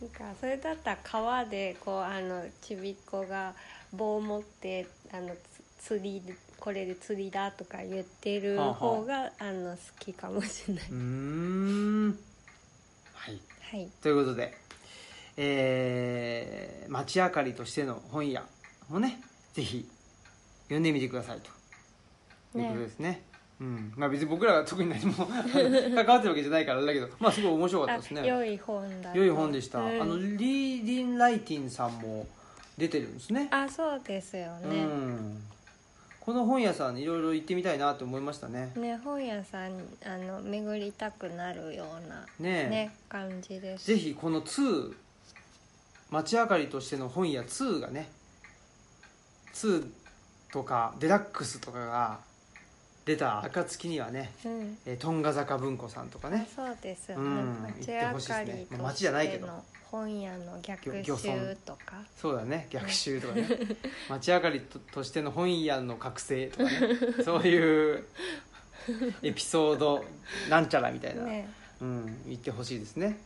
なんかそれだったら川でこうあのちびっこが棒を持ってあのつ釣りこれで釣りだとか言ってる方が、あの好きかもしれないうーんはいはい、ということで、えー、街明かりとしての本屋もねぜひ読んでみてくださいということですねうんまあ、別に僕らが特に何も あの関わってるわけじゃないからあれだけど、まあ、すごい面白かったですねあ良い本だと。良い本でした、うんあのリーディン・ライティンさんも出てるんですねあそうですようね。んこの本屋さんいろいろ行ってみたいなと思いましたねね本屋さんあの巡りたくなるようなねえね感じです。ぜひこの2街明かりとしての本屋2がね2とかデラックスとかが出た暁にはね、うん。えー、トンガ坂文庫さんとかねそうですようねん。街明行ってかりほしいですねまあと街じゃないしけてどの本屋の逆漁村襲とか。そうだね逆襲 とかね街明かりととしての本屋の覚醒とか ねそういうエピソードなんちゃらみたいな、ねうん、言ってほしいですね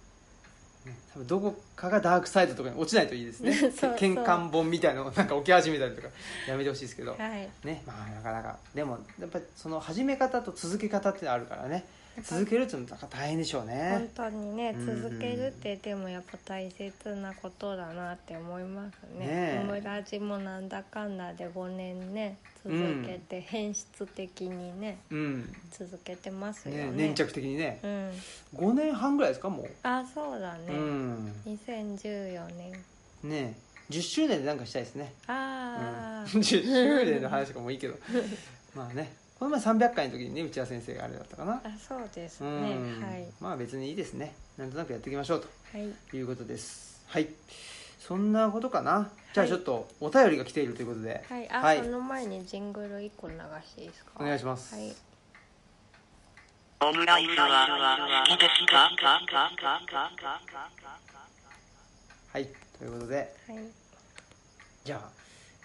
ね多分どこかがダークサイドとかに落ちないといいですね そうそうけ喧嘩本みたいのなんか起き始めたりとかやめてほしいですけど、はい。ねまあなかなかでもやっぱりその始め方と続け方ってあるからね続けるっていうのは大変でしょう本ね当にねうん続けるってでもやっぱ大切なことだなって思いますねえねオムラジもなんだかんだで5年ね続けて変質的にねうん続けてますよねね粘着的にねうん5年半ぐらいですかもう、あそうだね、うん2014年ね10周年でなんかしたいですねうああ、ん10周年の話とかもいいけど まあねこの前300回の時にね内田先生があれだったかなあそうですうねんはいまあ別にいいですねなんとなくやっていきましょうはいということですはいそんなことかな、じゃあちょっとお便りが来ているということではいあ、はいその前にジングル1個流していいですかお願いしますはいオムライスは好きですかはいということではいじゃあ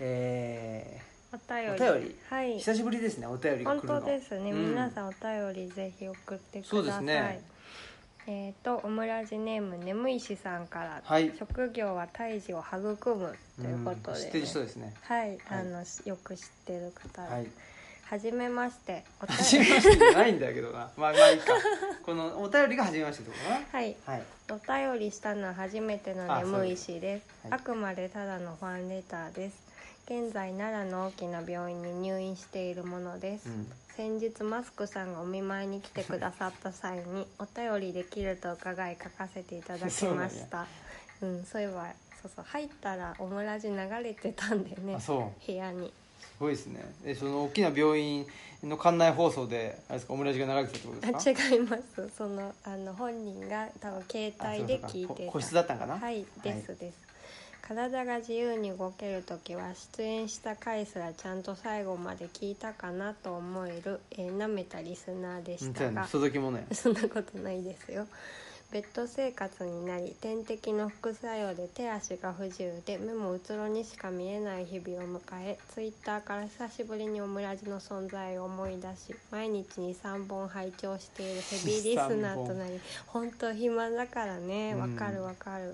えお便りお便りはいー、久しぶりですねお便りが来本るの当ですね、うん皆さんお便りぜひ送ってくださいそうですねえっ、とオムラジネーム眠いしさんから、はい職業は胎児を育むということで、ん知ってる人ですねはい、はいあのよく知ってる方、はいじめましてお便り初めましてじゃないんだけどなまあまあいいかこのお便りが初めましてってことはいかなはいお便りしたのは初めてのあそう眠いしです、はいあくまでただのファンレターです現在奈良の大きな病院に入院しているものでうす、ん先日マスクさんがお見舞いに来てくださった際に お便りできると伺い書かせていただきましたうんそういえばそうそう入ったらオムラジ流れてたんでねあそう部屋にすごいですねえその大きな病院の館内放送であれですかオムラジが流れてたってことあですか違いますそのあの本人が多分携帯で聞いあそうかそうてかた個室だったんかなはいですです、体が自由に動ける時は出演した回すらちゃんと最後まで聞いたかなと思える、えー、舐めたリスナーでしうんそうやたねが不届きもねそんなことないですよベッド生活になり点滴の副作用で手足が不自由で目もうつろにしか見えない日々を迎えツイッターから久しぶりにオムラジの存在を思い出し毎日に3本拝聴しているヘビーリスナーとな り本当暇だからねわかるわかる。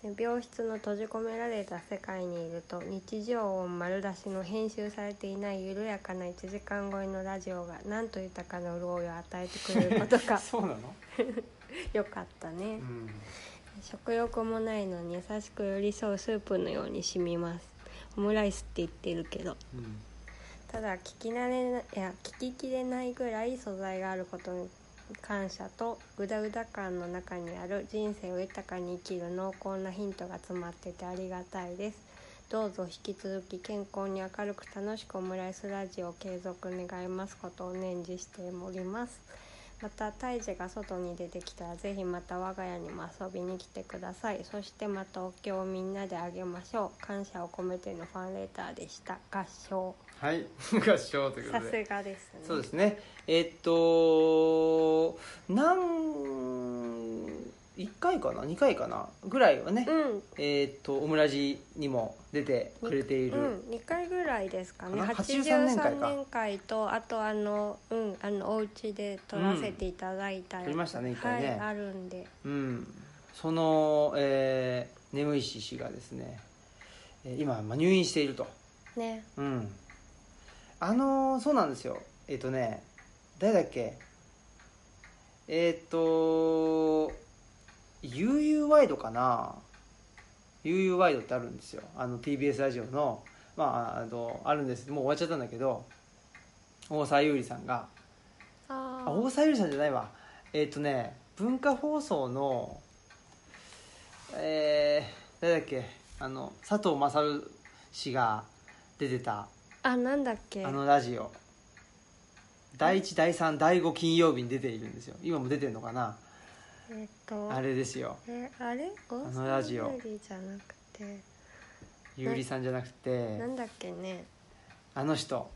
で病室の閉じ込められた世界にいると日常音丸出しの編集されていない緩やかな1時間超えのラジオがなんと豊かな潤いを与えてくれること がそうなの良かったね、うん食欲もないのに優しく寄り添うスープのように染みますオムライスって言ってるけどうんただ聞き慣れないいや聞ききれないぐらい素材があることに感謝とグダグダ感の中にある人生を豊かに生きる濃厚なヒントが詰まっててありがたいですどうぞ引き続き健康に明るく楽しくオムライスラジオを継続願いますことを念じしておりますまた胎児が外に出てきたらぜひまた我が家にも遊びに来てくださいそしてまたお経をみんなであげましょう感謝を込めてのファンレターでした合唱はい 合唱というこさとですがですねそうですねえっと何1回かな2回かなぐらいはね、うんえっとオムラジにも出てくれている、うん、2回ぐらいですかねかな83 83年会年か会とあとあの,、うん、あのお家で撮らせていただいたやつ、撮りましたね一回ねはい、あるんでうん、その、えー眠いし氏がですねえー今まあ入院していると、ねうん、あのーそうなんですよえっ、とね誰だっけえっ、と UU ワイドかな UU ワイドってあるんですよあの TBS ラジオのまああのあるんですもう終わっちゃったんだけど大沢優里さんがああ大沢ゆりさんじゃないわえっ、とね文化放送のえー、誰だっけあの佐藤勝氏が出てたあなんだっけあのラジオ第1第3第5金曜日に出ているんですよ今も出てるのかなえっとあれですよえあれあのラジオ大沢優里じゃなくてゆうりさんじゃなくてなんだっけねあの人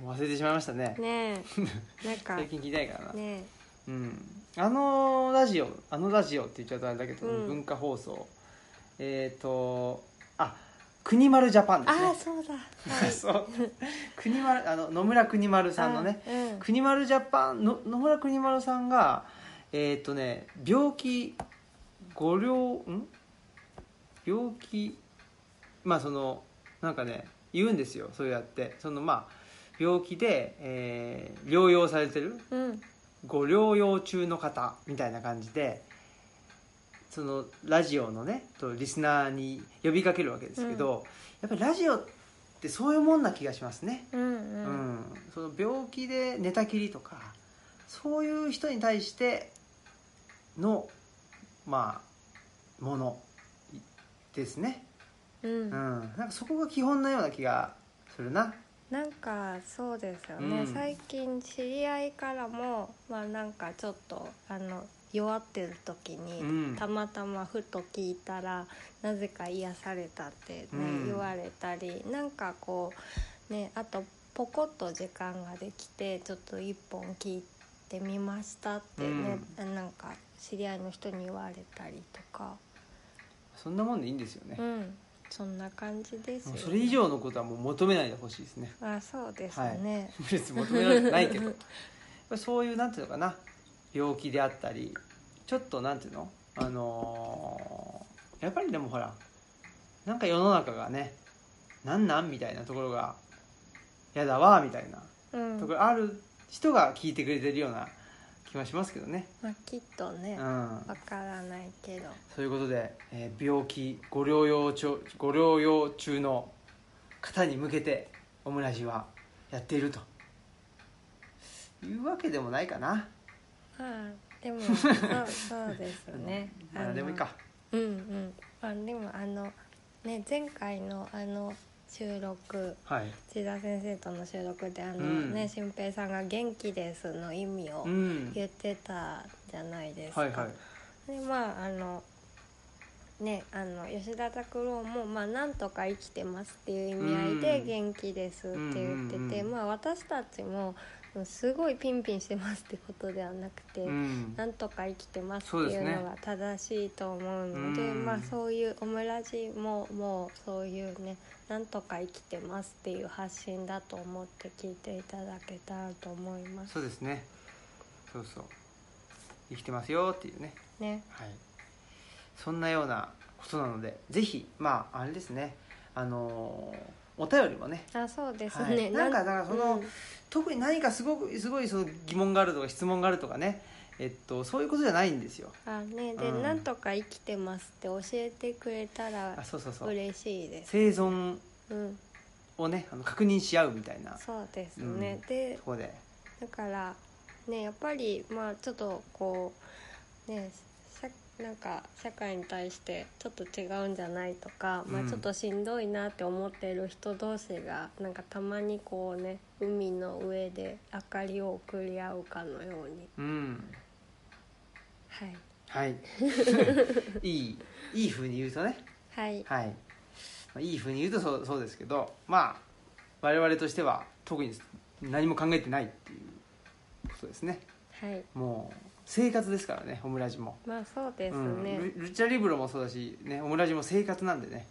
もう忘れてしまいましたねね えなんか最近聞いてないからな、ねうん、あのラジオあのラジオって言っちゃうとあれだけど、うん文化放送えっ、とあ国丸ジャパンえあでそうだ、はすねそう国丸あの野村国丸 さんのねあうん国丸ジャパンの野村国丸さんがえっ、とね病気ご両ん病気まあそのなんかね言うんですよそうやってそのまあ病気で、えー療養されてるうんご療養中の方みたいな感じでそのラジオのねとリスナーに呼びかけるわけですけど、やっぱりラジオってそういうもんな気がしますね、うんううんんその病気で寝たきりとかそういう人に対してのまあものですね、うん、うん、なんかそこが基本のような気がするななんかそうですよね、うん最近知り合いからもまあなんかちょっとあの弱ってる時に、うんたまたまふと聞いたらなぜか癒されたって、ねうん言われたりなんかこうねあとポコッと時間ができてちょっと一本聞いてみましたってね、なんか知り合いの人に言われたりとか、そんなもんでいいんですよねう、ん、そんな感じですよもうね。それ以上のことはもう求めないでほしいですねあそうです ね、別に求められてない けどやっぱりそういうなんていうのかな病気であったりちょっとなんていうのあのーやっぱりでもほらなんか世の中がねなんなんみたいなところがやだわみたいなうんところある人が聞いてくれてるような気はしますけどね、まあ、きっとねうん、わからないけどそういうことで、えー病気ご療養中ご療養中の方に向けてオムラジはやっているというわけでもないかな、まあ でもそうそうですねまあでもいいかうんうんまあでもあのね前回のあの収録はい千田先生との収録であの、うんね新平さんが「元気です」の意味をうん言ってたじゃないですか、はいはいでまああのねあの吉田拓郎も「まあ、なんとか生きてます」っていう意味合いでう「ん元気です」って言ってて、うんうんうんまあ私たちもうんすごいピンピンしてますってことではなくて。うんなんとか生きてますそうっでてすいうねのが正しいと思うのでうんまあ、そういうオムラジももうそういうねなんとか生きてますっていう発信だと思って聞いていただけたらと思いますそうですねそうそう生きてますよっていうねね。はい、そんなようなことなのでぜひまああれですねあのーお便りもねあそうですね、はいなんかだからそのうん特に何かすごくすごいその疑問があるとか質問があるとかね、えっと、そういうことじゃないんですよあねで、うんなんとか生きてますって教えてくれたらあそうそうそう嬉しいです。生存うん、をねあの確認し合うみたいなそうですね。うんでとこでだからねやっぱりまあちょっとこうね社なんか社会に対してちょっと違うんじゃないとか、まうあ、んちょっとしんどいなって思ってる人同士がなんかたまにこうね海の上で明かりを送り合うかのようにうんはいはい いいいい風に言うとねはいはい、まあ、いい風に言うとそうそうですけどまあ我々としては特に何も考えてないっていうことですねはいもう生活ですからねオムラジもまあそうですうんね、ルルチャリブロもそうだし、ね、オムラジも生活なんでね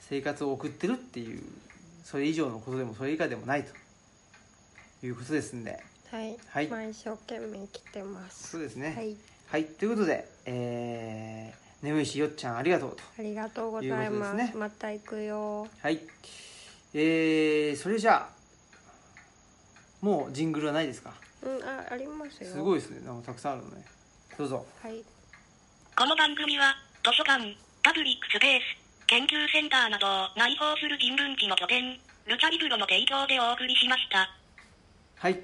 生活を送ってるっていうそれ以上のことでもそれ以下でもないということですんではい、はいまあ一生懸命生きてますそうですねはいはいということで、えー眠いしよっちゃんありがとうとありがとうございますいうことですねまた行くよはいえー、それじゃあもうジングルはないですかうんあありますよすごいいですねなんかたくさんあるのねどうぞはいこの番組は、図書館、パブリックスペース、研究センターなどを内包する人文地の拠点、ルチャリブロの提供でお送りしました。はい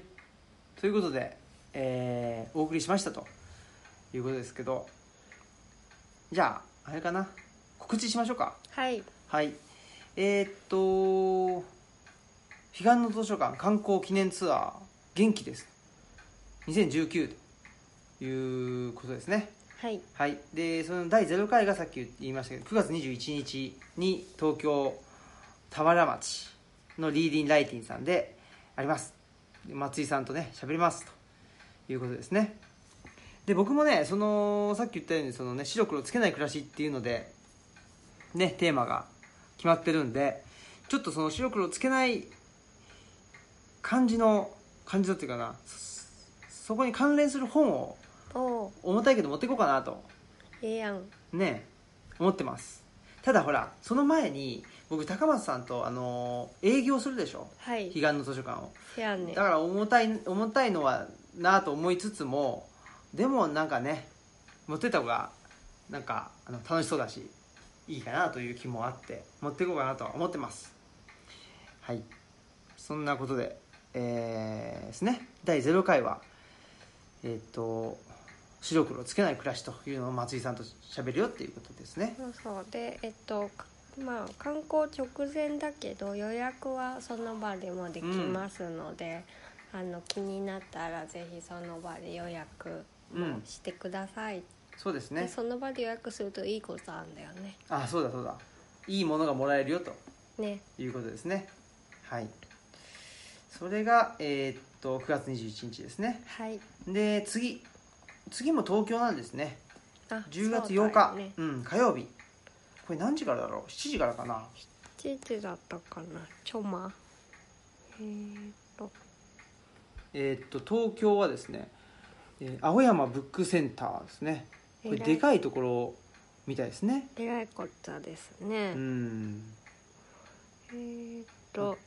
ということで、えーお送りしましたということですけどじゃああれかな告知しましょうかはいはいえーっと「彼岸の図書館観光記念ツアー元気です」2019ということですねはいはい、でその第0回がさっき言いましたけど9月21日に東京田原町のリーディンライティンさんでありますで松井さんとね喋りますということですねで僕もねそのさっき言ったようにその、ね、白黒つけない暮らしっていうので、ね、テーマが決まってるんでちょっとその白黒つけない感じの感じのっていうかなそそこに関連する本をおう重たいけど持っていこうかなとええやんね思ってますただほらその前に僕高松さんとあのー営業するでしょは彼岸いの図書館をせやねだから重たい重たいのはなぁと思いつつもでもなんかね持ってった方がなんかあの楽しそうだしいいかなという気もあって持っていこうかなとは思ってますはいそんなことでえーですね第0回はえっ、と白黒つけない暮らしというのを松井さんと喋るよっていうことですねそうそうでえっとかまあ観光直前だけど予約はその場でもできますので、あの気になったらぜひその場で予約うんしてください、そうですでねその場で予約するといいことあるんだよねあそうだそうだいいものがもらえるよとねいうことですねはいそれがえーっと9月21日ですねはいで次次も東京なんですねあ10月そう8だよ日う、ね、ん、火曜日これ何時からだろう7時からかなち時だったかなちょまえー、っとえーっと東京はですね、えー青山ブックセンターですねこれえらいでかいところみたいですねえらいこっちゃですね、うんえーっと、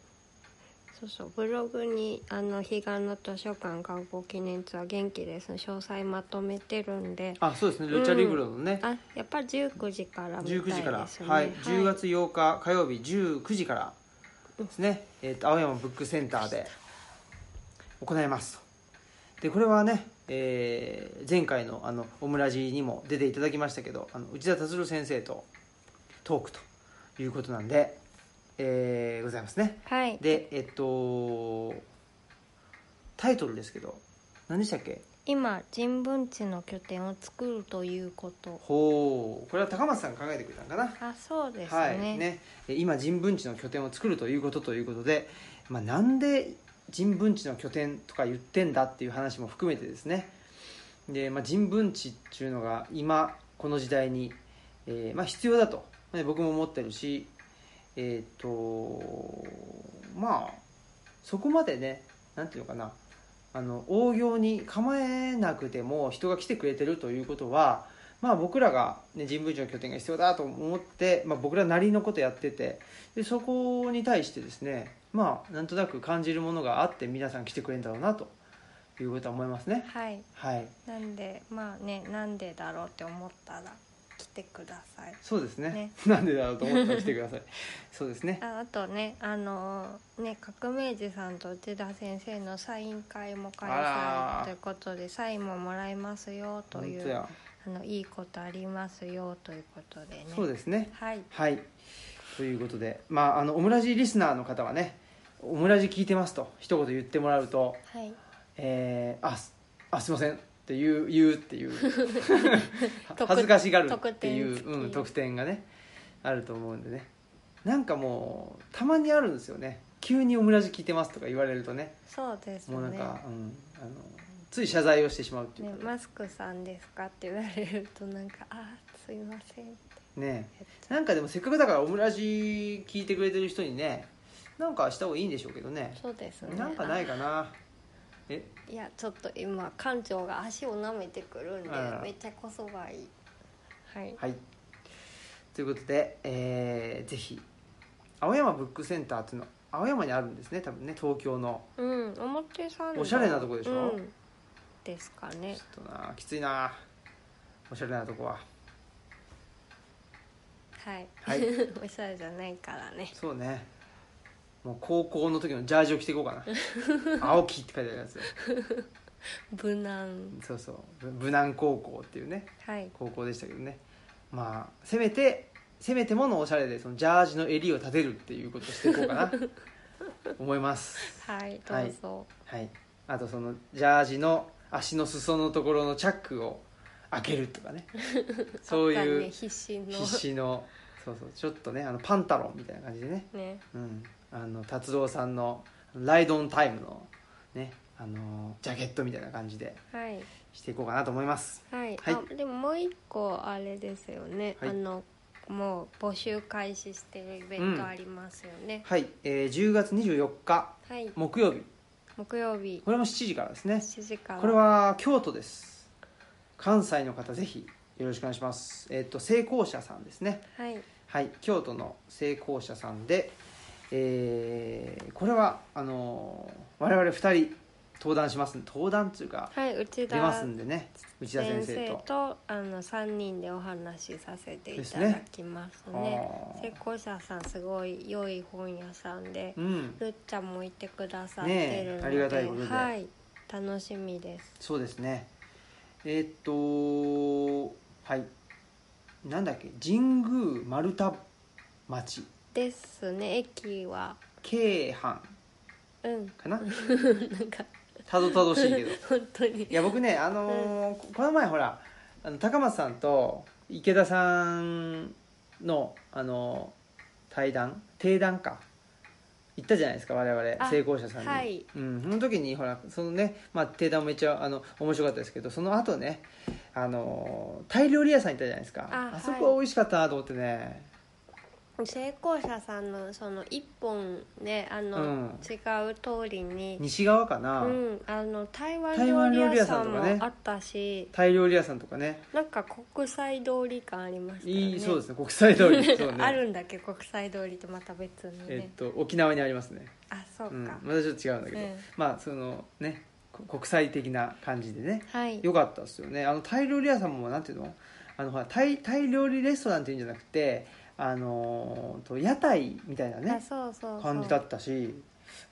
そうそう、ブログに、あの、彼岸の図書館観光記念ツアー元気ですの詳細まとめてるんで、あそうですねルチャリブロのね、あ、やっぱり19時からみたい19ですね。時から、はい、10月8日火曜日19時からですね、えー、と青山ブックセンターで行いますとでこれはね、えー前回のあのオムラジにも出ていただきましたけどあの内田達郎先生とトークということなんで、えーございますねはい。でえっとタイトルですけど何でしたっけ今、人文地の拠点を作るということ。ほうこれは高松さんが考えてくれたのかなあ、そうですね。はいね、え今人文地の拠点を作るということということで、まあ、なんで人文地の拠点とか言ってんだっていう話も含めてですねで、まあ、人文地っていうのが今この時代に、えーまあ、必要だと、ね僕も思ってるしえっ、とまあそこまでねなんていうのかなあの大行に構えなくても人が来てくれてるということはまあ、僕らが、ね、人文地の拠点が必要だと思って、まあ、僕らなりのことやっててでそこに対してですねまあなんとなく感じるものがあって皆さん来てくれるんだろうなということは思いますねはい。はいなんで、まあね、なんでだろうって思ったら、来てください。そうですねねなんでだろうと思ったら来てくださいそうですねああとねあのーね革命児さんと内田先生のサイン会も開あら 催ということでサインももらえますよとい本当うやあのいいことありますよということでねそうですねはいはいということでまああのオムラジリスナーの方はねオムラジ聞いてますと一言言ってもらうとはいえー、あすあすいませんって言う言うって いう恥ずかしがるっていう特典付きうん、特典がねあると思うんでねなんかもうたまにあるんですよね急に「オムラジ聞いてます」とか言われるとねそうですねもうなんか、うん、あのつい謝罪をしてしまうっていうねかねマスクさんですかって言われるとなんかあーすいませんってね言っちゃなんかでもせっかくだからオムラジ聞いてくれてる人にねなんかした方がいいんでしょうけどねうそうですねなんかないかなえあいやちょっと今館長が足を舐めてくるんであららめっちゃこそがいいはいはいということで、えーぜひ青山ブックセンターっていうの青山にあるんですね多分ね東京のうん表参道おしゃれなとこでしょうんですかねちょっとなきついなおしゃれなとこははい、はい おしゃれじゃないからねそうねもう高校の時のジャージを着ていこうかな青木って書いてあるやつ無難そうそうぶ無難高校っていうねはい高校でしたけどねまあせめてせめてものおしゃれでそのジャージの襟を立てるっていうことをしていこうかな思いますはいどうぞはい、あとそのジャージの足の裾のところのチャックを開けるとかねそうあったいねう必死の必死のそうそうちょっとねあのパンタロンみたいな感じでね、ねうん、あの達郎さんの「ライドオンタイムの」ねあのジャケットみたいな感じではいしていこうかなと思いますはい、はいあでももう一個あれですよね、はいあのもう募集開始してるイベントありますよね、はい、えー10月24日はい木曜日木曜日これも7時からですね7時からこれは京都です関西の方ぜひよろしくお願いしますえっ、と成功者さんですねはいはい、京都の成功者さんで、えーこれはあのー我々2人登壇します登壇っていうかはい内出ます田んでね内田先先生生ととあの三人でお話しさせていただきますねですね成功者さんすごい良い本屋さんで、うんるっちゃんもいてくださってるので、ねえありがたいことではい楽しみですそうですねえーっとはいなんだっけ神宮丸太町ですね駅は京阪うん か ななんかたどたどしいけど本当にいや僕ねあのーここの前ほらあの高松さんと池田さんのあのー対談定談か行ったじゃないですか我々あ成功者さんに、はいうん、その時にほらそのね、まあ、定談もめっちゃあの面白かったですけどその後ねあのータイ料理屋さん行ったじゃないですかあそこは美味しかったなと思ってね、成功者さんのその一本ねあの、うん違う通りに、西側かな、うん、あの台湾台料湾理料理屋屋ささんんともかねあったし、タイ料理屋さんとかねなんか国際通り感ありましたよねいいそうですね国際通り そうねあるんだっけ国際通りってまた別にね、えっと沖縄にありますねあそうか、うん、またちょっと違うんだけど、うんまあそのねこ国際的な感じでねはい良かったですよねあのタイ料理屋さんもなんていうのあのほらタイタイ料理レストランっていうんじゃなくてあのーと屋台みたいなあねそうそうそう感じだったし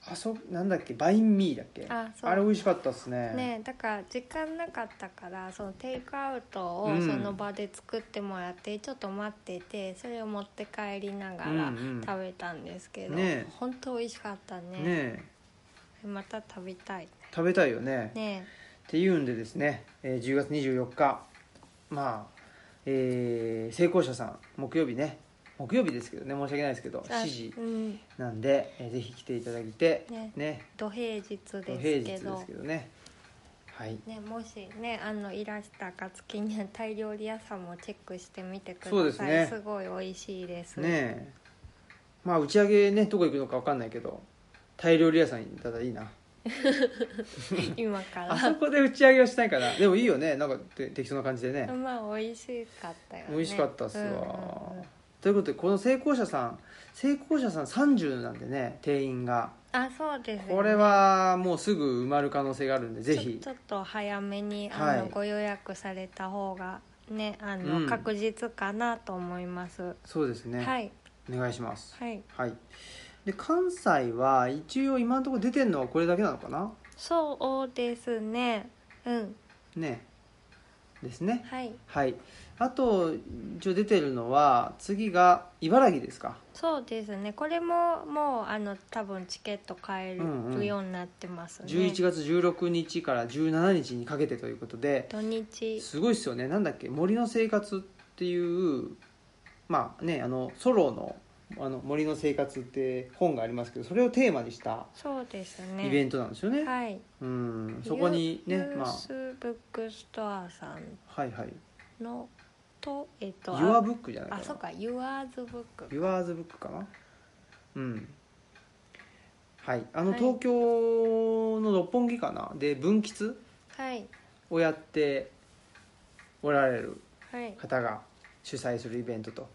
あそなんだっけバインミーだっけあそうれ美味しかったですねねえだから時間なかったからそのテイクアウトをうんその場で作ってもらって、ちょっと待っててそれを持って帰りながうらんうん食べたんですけど、ねえ本当美味しかったねねえまた食べたい食べたいよねねっていうんでですね、えー10月24日まあ、えー成功者さん木曜日ね木曜日ですけどね申し訳ないですけどえあ7時うん、なんで、えーぜひ来ていただいてねね土平日です平日けですどけどねはいね、もしねあのいらした暁にはタイ料理屋さんもチェックしてみてくださいそうですねごい美味しいですねえまあ打ち上げねどこ行くのか分かんないけどタイ料理屋さんにいたらいいな 今かあそらこで打ち上げをしたいかなでもいいよねなんかで適当な感じでねまあ美味しかったよね美味しかったっすわ、うんうんうんということでこの成功者さん成功者さん30なんでね定員があそうですよねこれはもうすぐ埋まる可能性があるんでぜひちょちょっと早めにあの、はいご予約された方がねあの、うん確実かなと思います、そうですね、はいお願いしますはいはいで関西は一応今のところ出てるのはこれだけなのかなそうですねうんねですねはいはいあと一応出てるのは次が茨城ですかそうですねこれももうあの多分チケット買えうんうんるようになってますね、 11月16日から17日にかけてということで土日すごいですよねなんだっけ「森の生活」っていうまあねあのソロの「あの森の生活」って本がありますけどそれをテーマにしたそうですねイベントなんですよねはいうんそこにねユーユまーあスブックストアさはいはいんのとえっ「とあ YourBook」じゃないかあなそうか YourZBook Yours Book かなうんはいあのはい東京の六本木かなで分吉はいをやっておられるはい方が主催するイベントと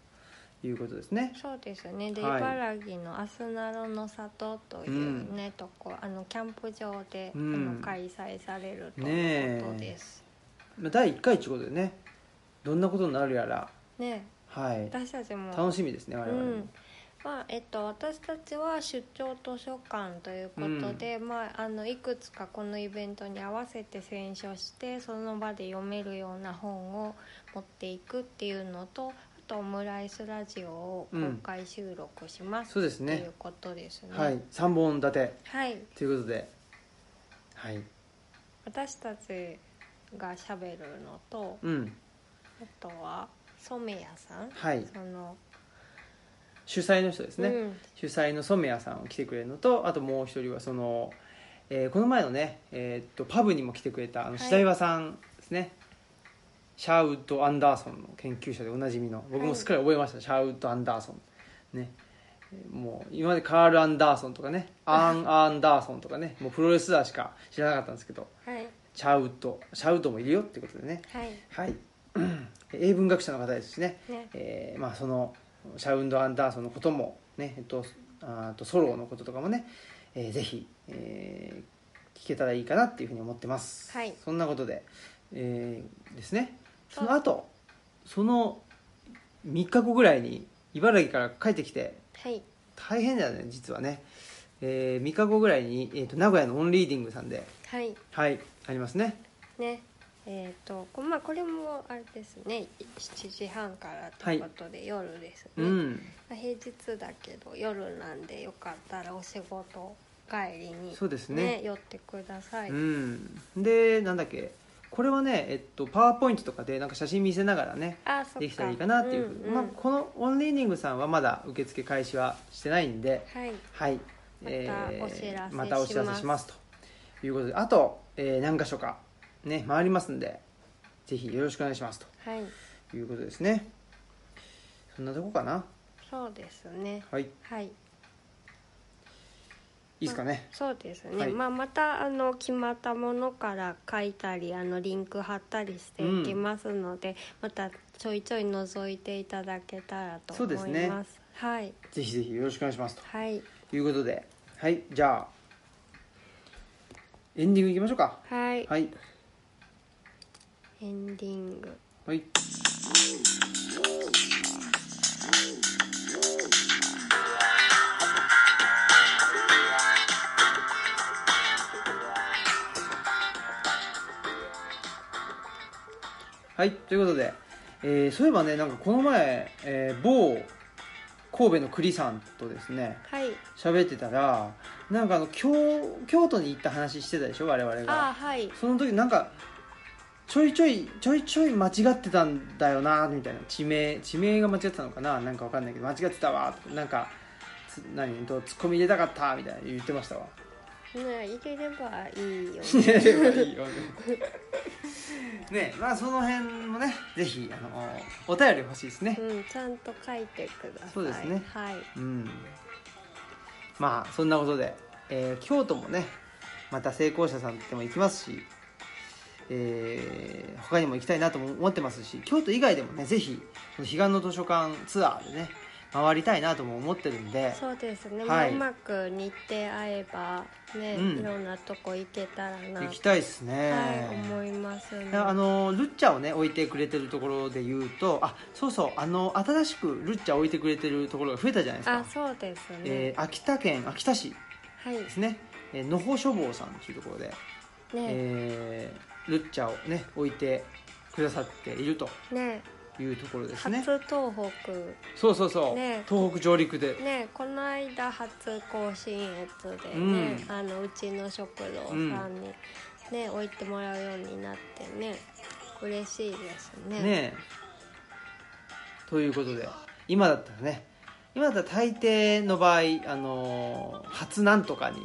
いうことですねそうですねで、はい茨城のアスナロの里というね、とこあのキャンプ場で、うんあの開催されるとねいえうことですまあ第1回ということでねどんなことになるやらねはい私たちも楽しみですね我う々も、んまあえっと、私たちは出張図書館ということで、まあ、あのいくつかこのイベントに合わせて選書してその場で読めるような本を持っていくっていうのとあとオムライスラジオを公開収録します、そうですねっていうことですね。はい3本立てはいということではい私たちがしゃべるのとうんあとは染谷さん、はいその主催の人ですね、うん主催の染谷さんを来てくれるのとあともう一人はその、えーこの前のね、えーっとパブにも来てくれたあのい白岩さんですね、シャウト・アンダーソンの研究者でおなじみの僕もすっかり覚えました、シャウト・アンダーソンねえーもう今までカール・アンダーソンとかねアン・アンダーソンとかねもうプロレスラーしか知らなかったんですけどはいシャウトシャウトもいるよってことでねはいはい うん英文学者の方ですしねねえーまあ、そのシャウンド・アンダーソンのことも、ねえっと、ああとソロのこととかもね、えーぜひ、えー聞けたらいいかなっていうふうに思ってます、はいそんなことで、えーですねそそうの後その3日後ぐらいに茨城から帰ってきてはい大変だよね実はね、え3日後ぐらいに、えー、と名古屋のオンリーディングさんではいはいありますねねえー、とこまあこれもあれですね7時半からということで、夜ですね、うまんあ平日だけど夜なんでよかったらお仕事帰りに、そうですね寄ってください、うん、でなんだっけこれはねえっとパワーポイントとかでなんか写真見せながらねあそっかできたらいいかなっていうふうに、んんまあ、このオンリーニングさんはまだ受付開始はしてないんではいはいまたお知らせしますまたお知らせしますということであと、えー何箇所かね回りますんでぜひよろしくお願いしますはいということですねそんなとこかなそうですねはいいはいいですかねそうですね、はいまあ、またあの決まったものから書いたりあのリンク貼ったりしていきますので、またちょいちょい覗いていただけたらとそう思でいますすねはいぜひぜひよろしくお願いしますはいということではいじゃあエンディングいきましょうかはい、はいエンディングはいはいということで、えーそういえばねなんかこの前、えー某神戸の栗さんとですねはい喋ってたらなんかあの京京都に行った話してたでしょ我々がああはいその時なんかちょいちょいちょいちょい間違ってたんだよなみたいな地名地名が間違ってたのかななんかわかんないけど間違ってたわなんかつ何とツッコミ入れたかったみたいな言ってましたわねいければいいよ いやでもいいよねまあその辺もねぜひあのお便り欲しいですねうんちゃんと書いてくださいそうですねはいうんまあそんなことで、えー京都もねまた成功者さんとも行きますし、えー他にも行きたいなとも思ってますし京都以外でもねぜひこの彼岸の図書館ツアーでね回りたいなとも思ってるんでそうですね、はいまあ、うまく日程合えばね、うんいろんなとこ行けたらな行ときたいですね、はい、思いますね。あのルッチャをね置いてくれてるところで言うとあそうそうあの新しくルッチャ置いてくれてるところが増えたじゃないですかあ、そうですね。えー秋田県秋田市はい、ねで、すねえー野保書房さんっていうところでえールッチャをね置いてくださっているとねいうところです初ね東そうそうそう、ね東北上陸で北ねこの間初甲信越でね、うんあのうちの食堂さんにね、置いてもらうようになってね嬉しいですねねえということで今だったらね今だったら大抵の場合、あのー初なんとかに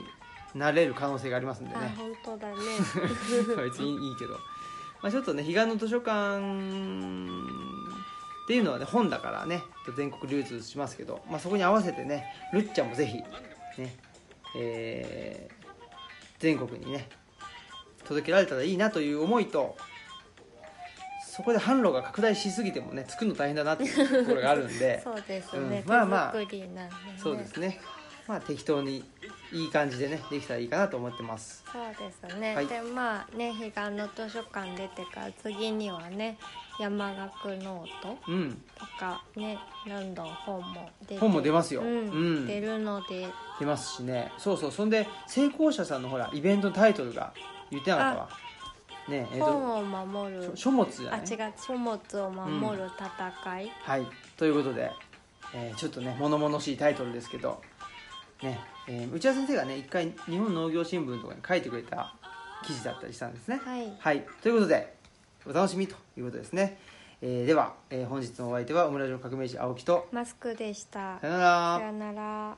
なれる可能性がありますんであね本当 だね別にいいけど、まあ、ちょっとね彼岸の図書館っていうのはね本だからね全国流通しますけど、まあ、そこに合わせてねるっちゃんもぜひねえー全国にね届けられたらいいなという思いとそこで販路が拡大しすぎてもね作るの大変だなっていうところがあるんで そうですね、うんまあまあ手作りなんでねそうですねまあ適当にいい感じでねできたらいいかなと思ってますそうですね、はいでまあね彼岸の図書館出てから次にはね山岳ノートうんとかねどんどん本も出て本も出ますようんうん出るので出ますしねそうそうそんで成功者さんのほらイベントのタイトルが言ってなかったわねえっ、と本を守る、書書物じゃあない違う書物を守る戦い、はいということで、えーちょっとね物々しいタイトルですけどね、えー内田先生がね一回日本農業新聞とかに書いてくれた記事だったりしたんですねはいということでお楽しみということですね、えーでは、えー本日のお相手はオムラジオ革命児青木とマスクでしたさよならさよなら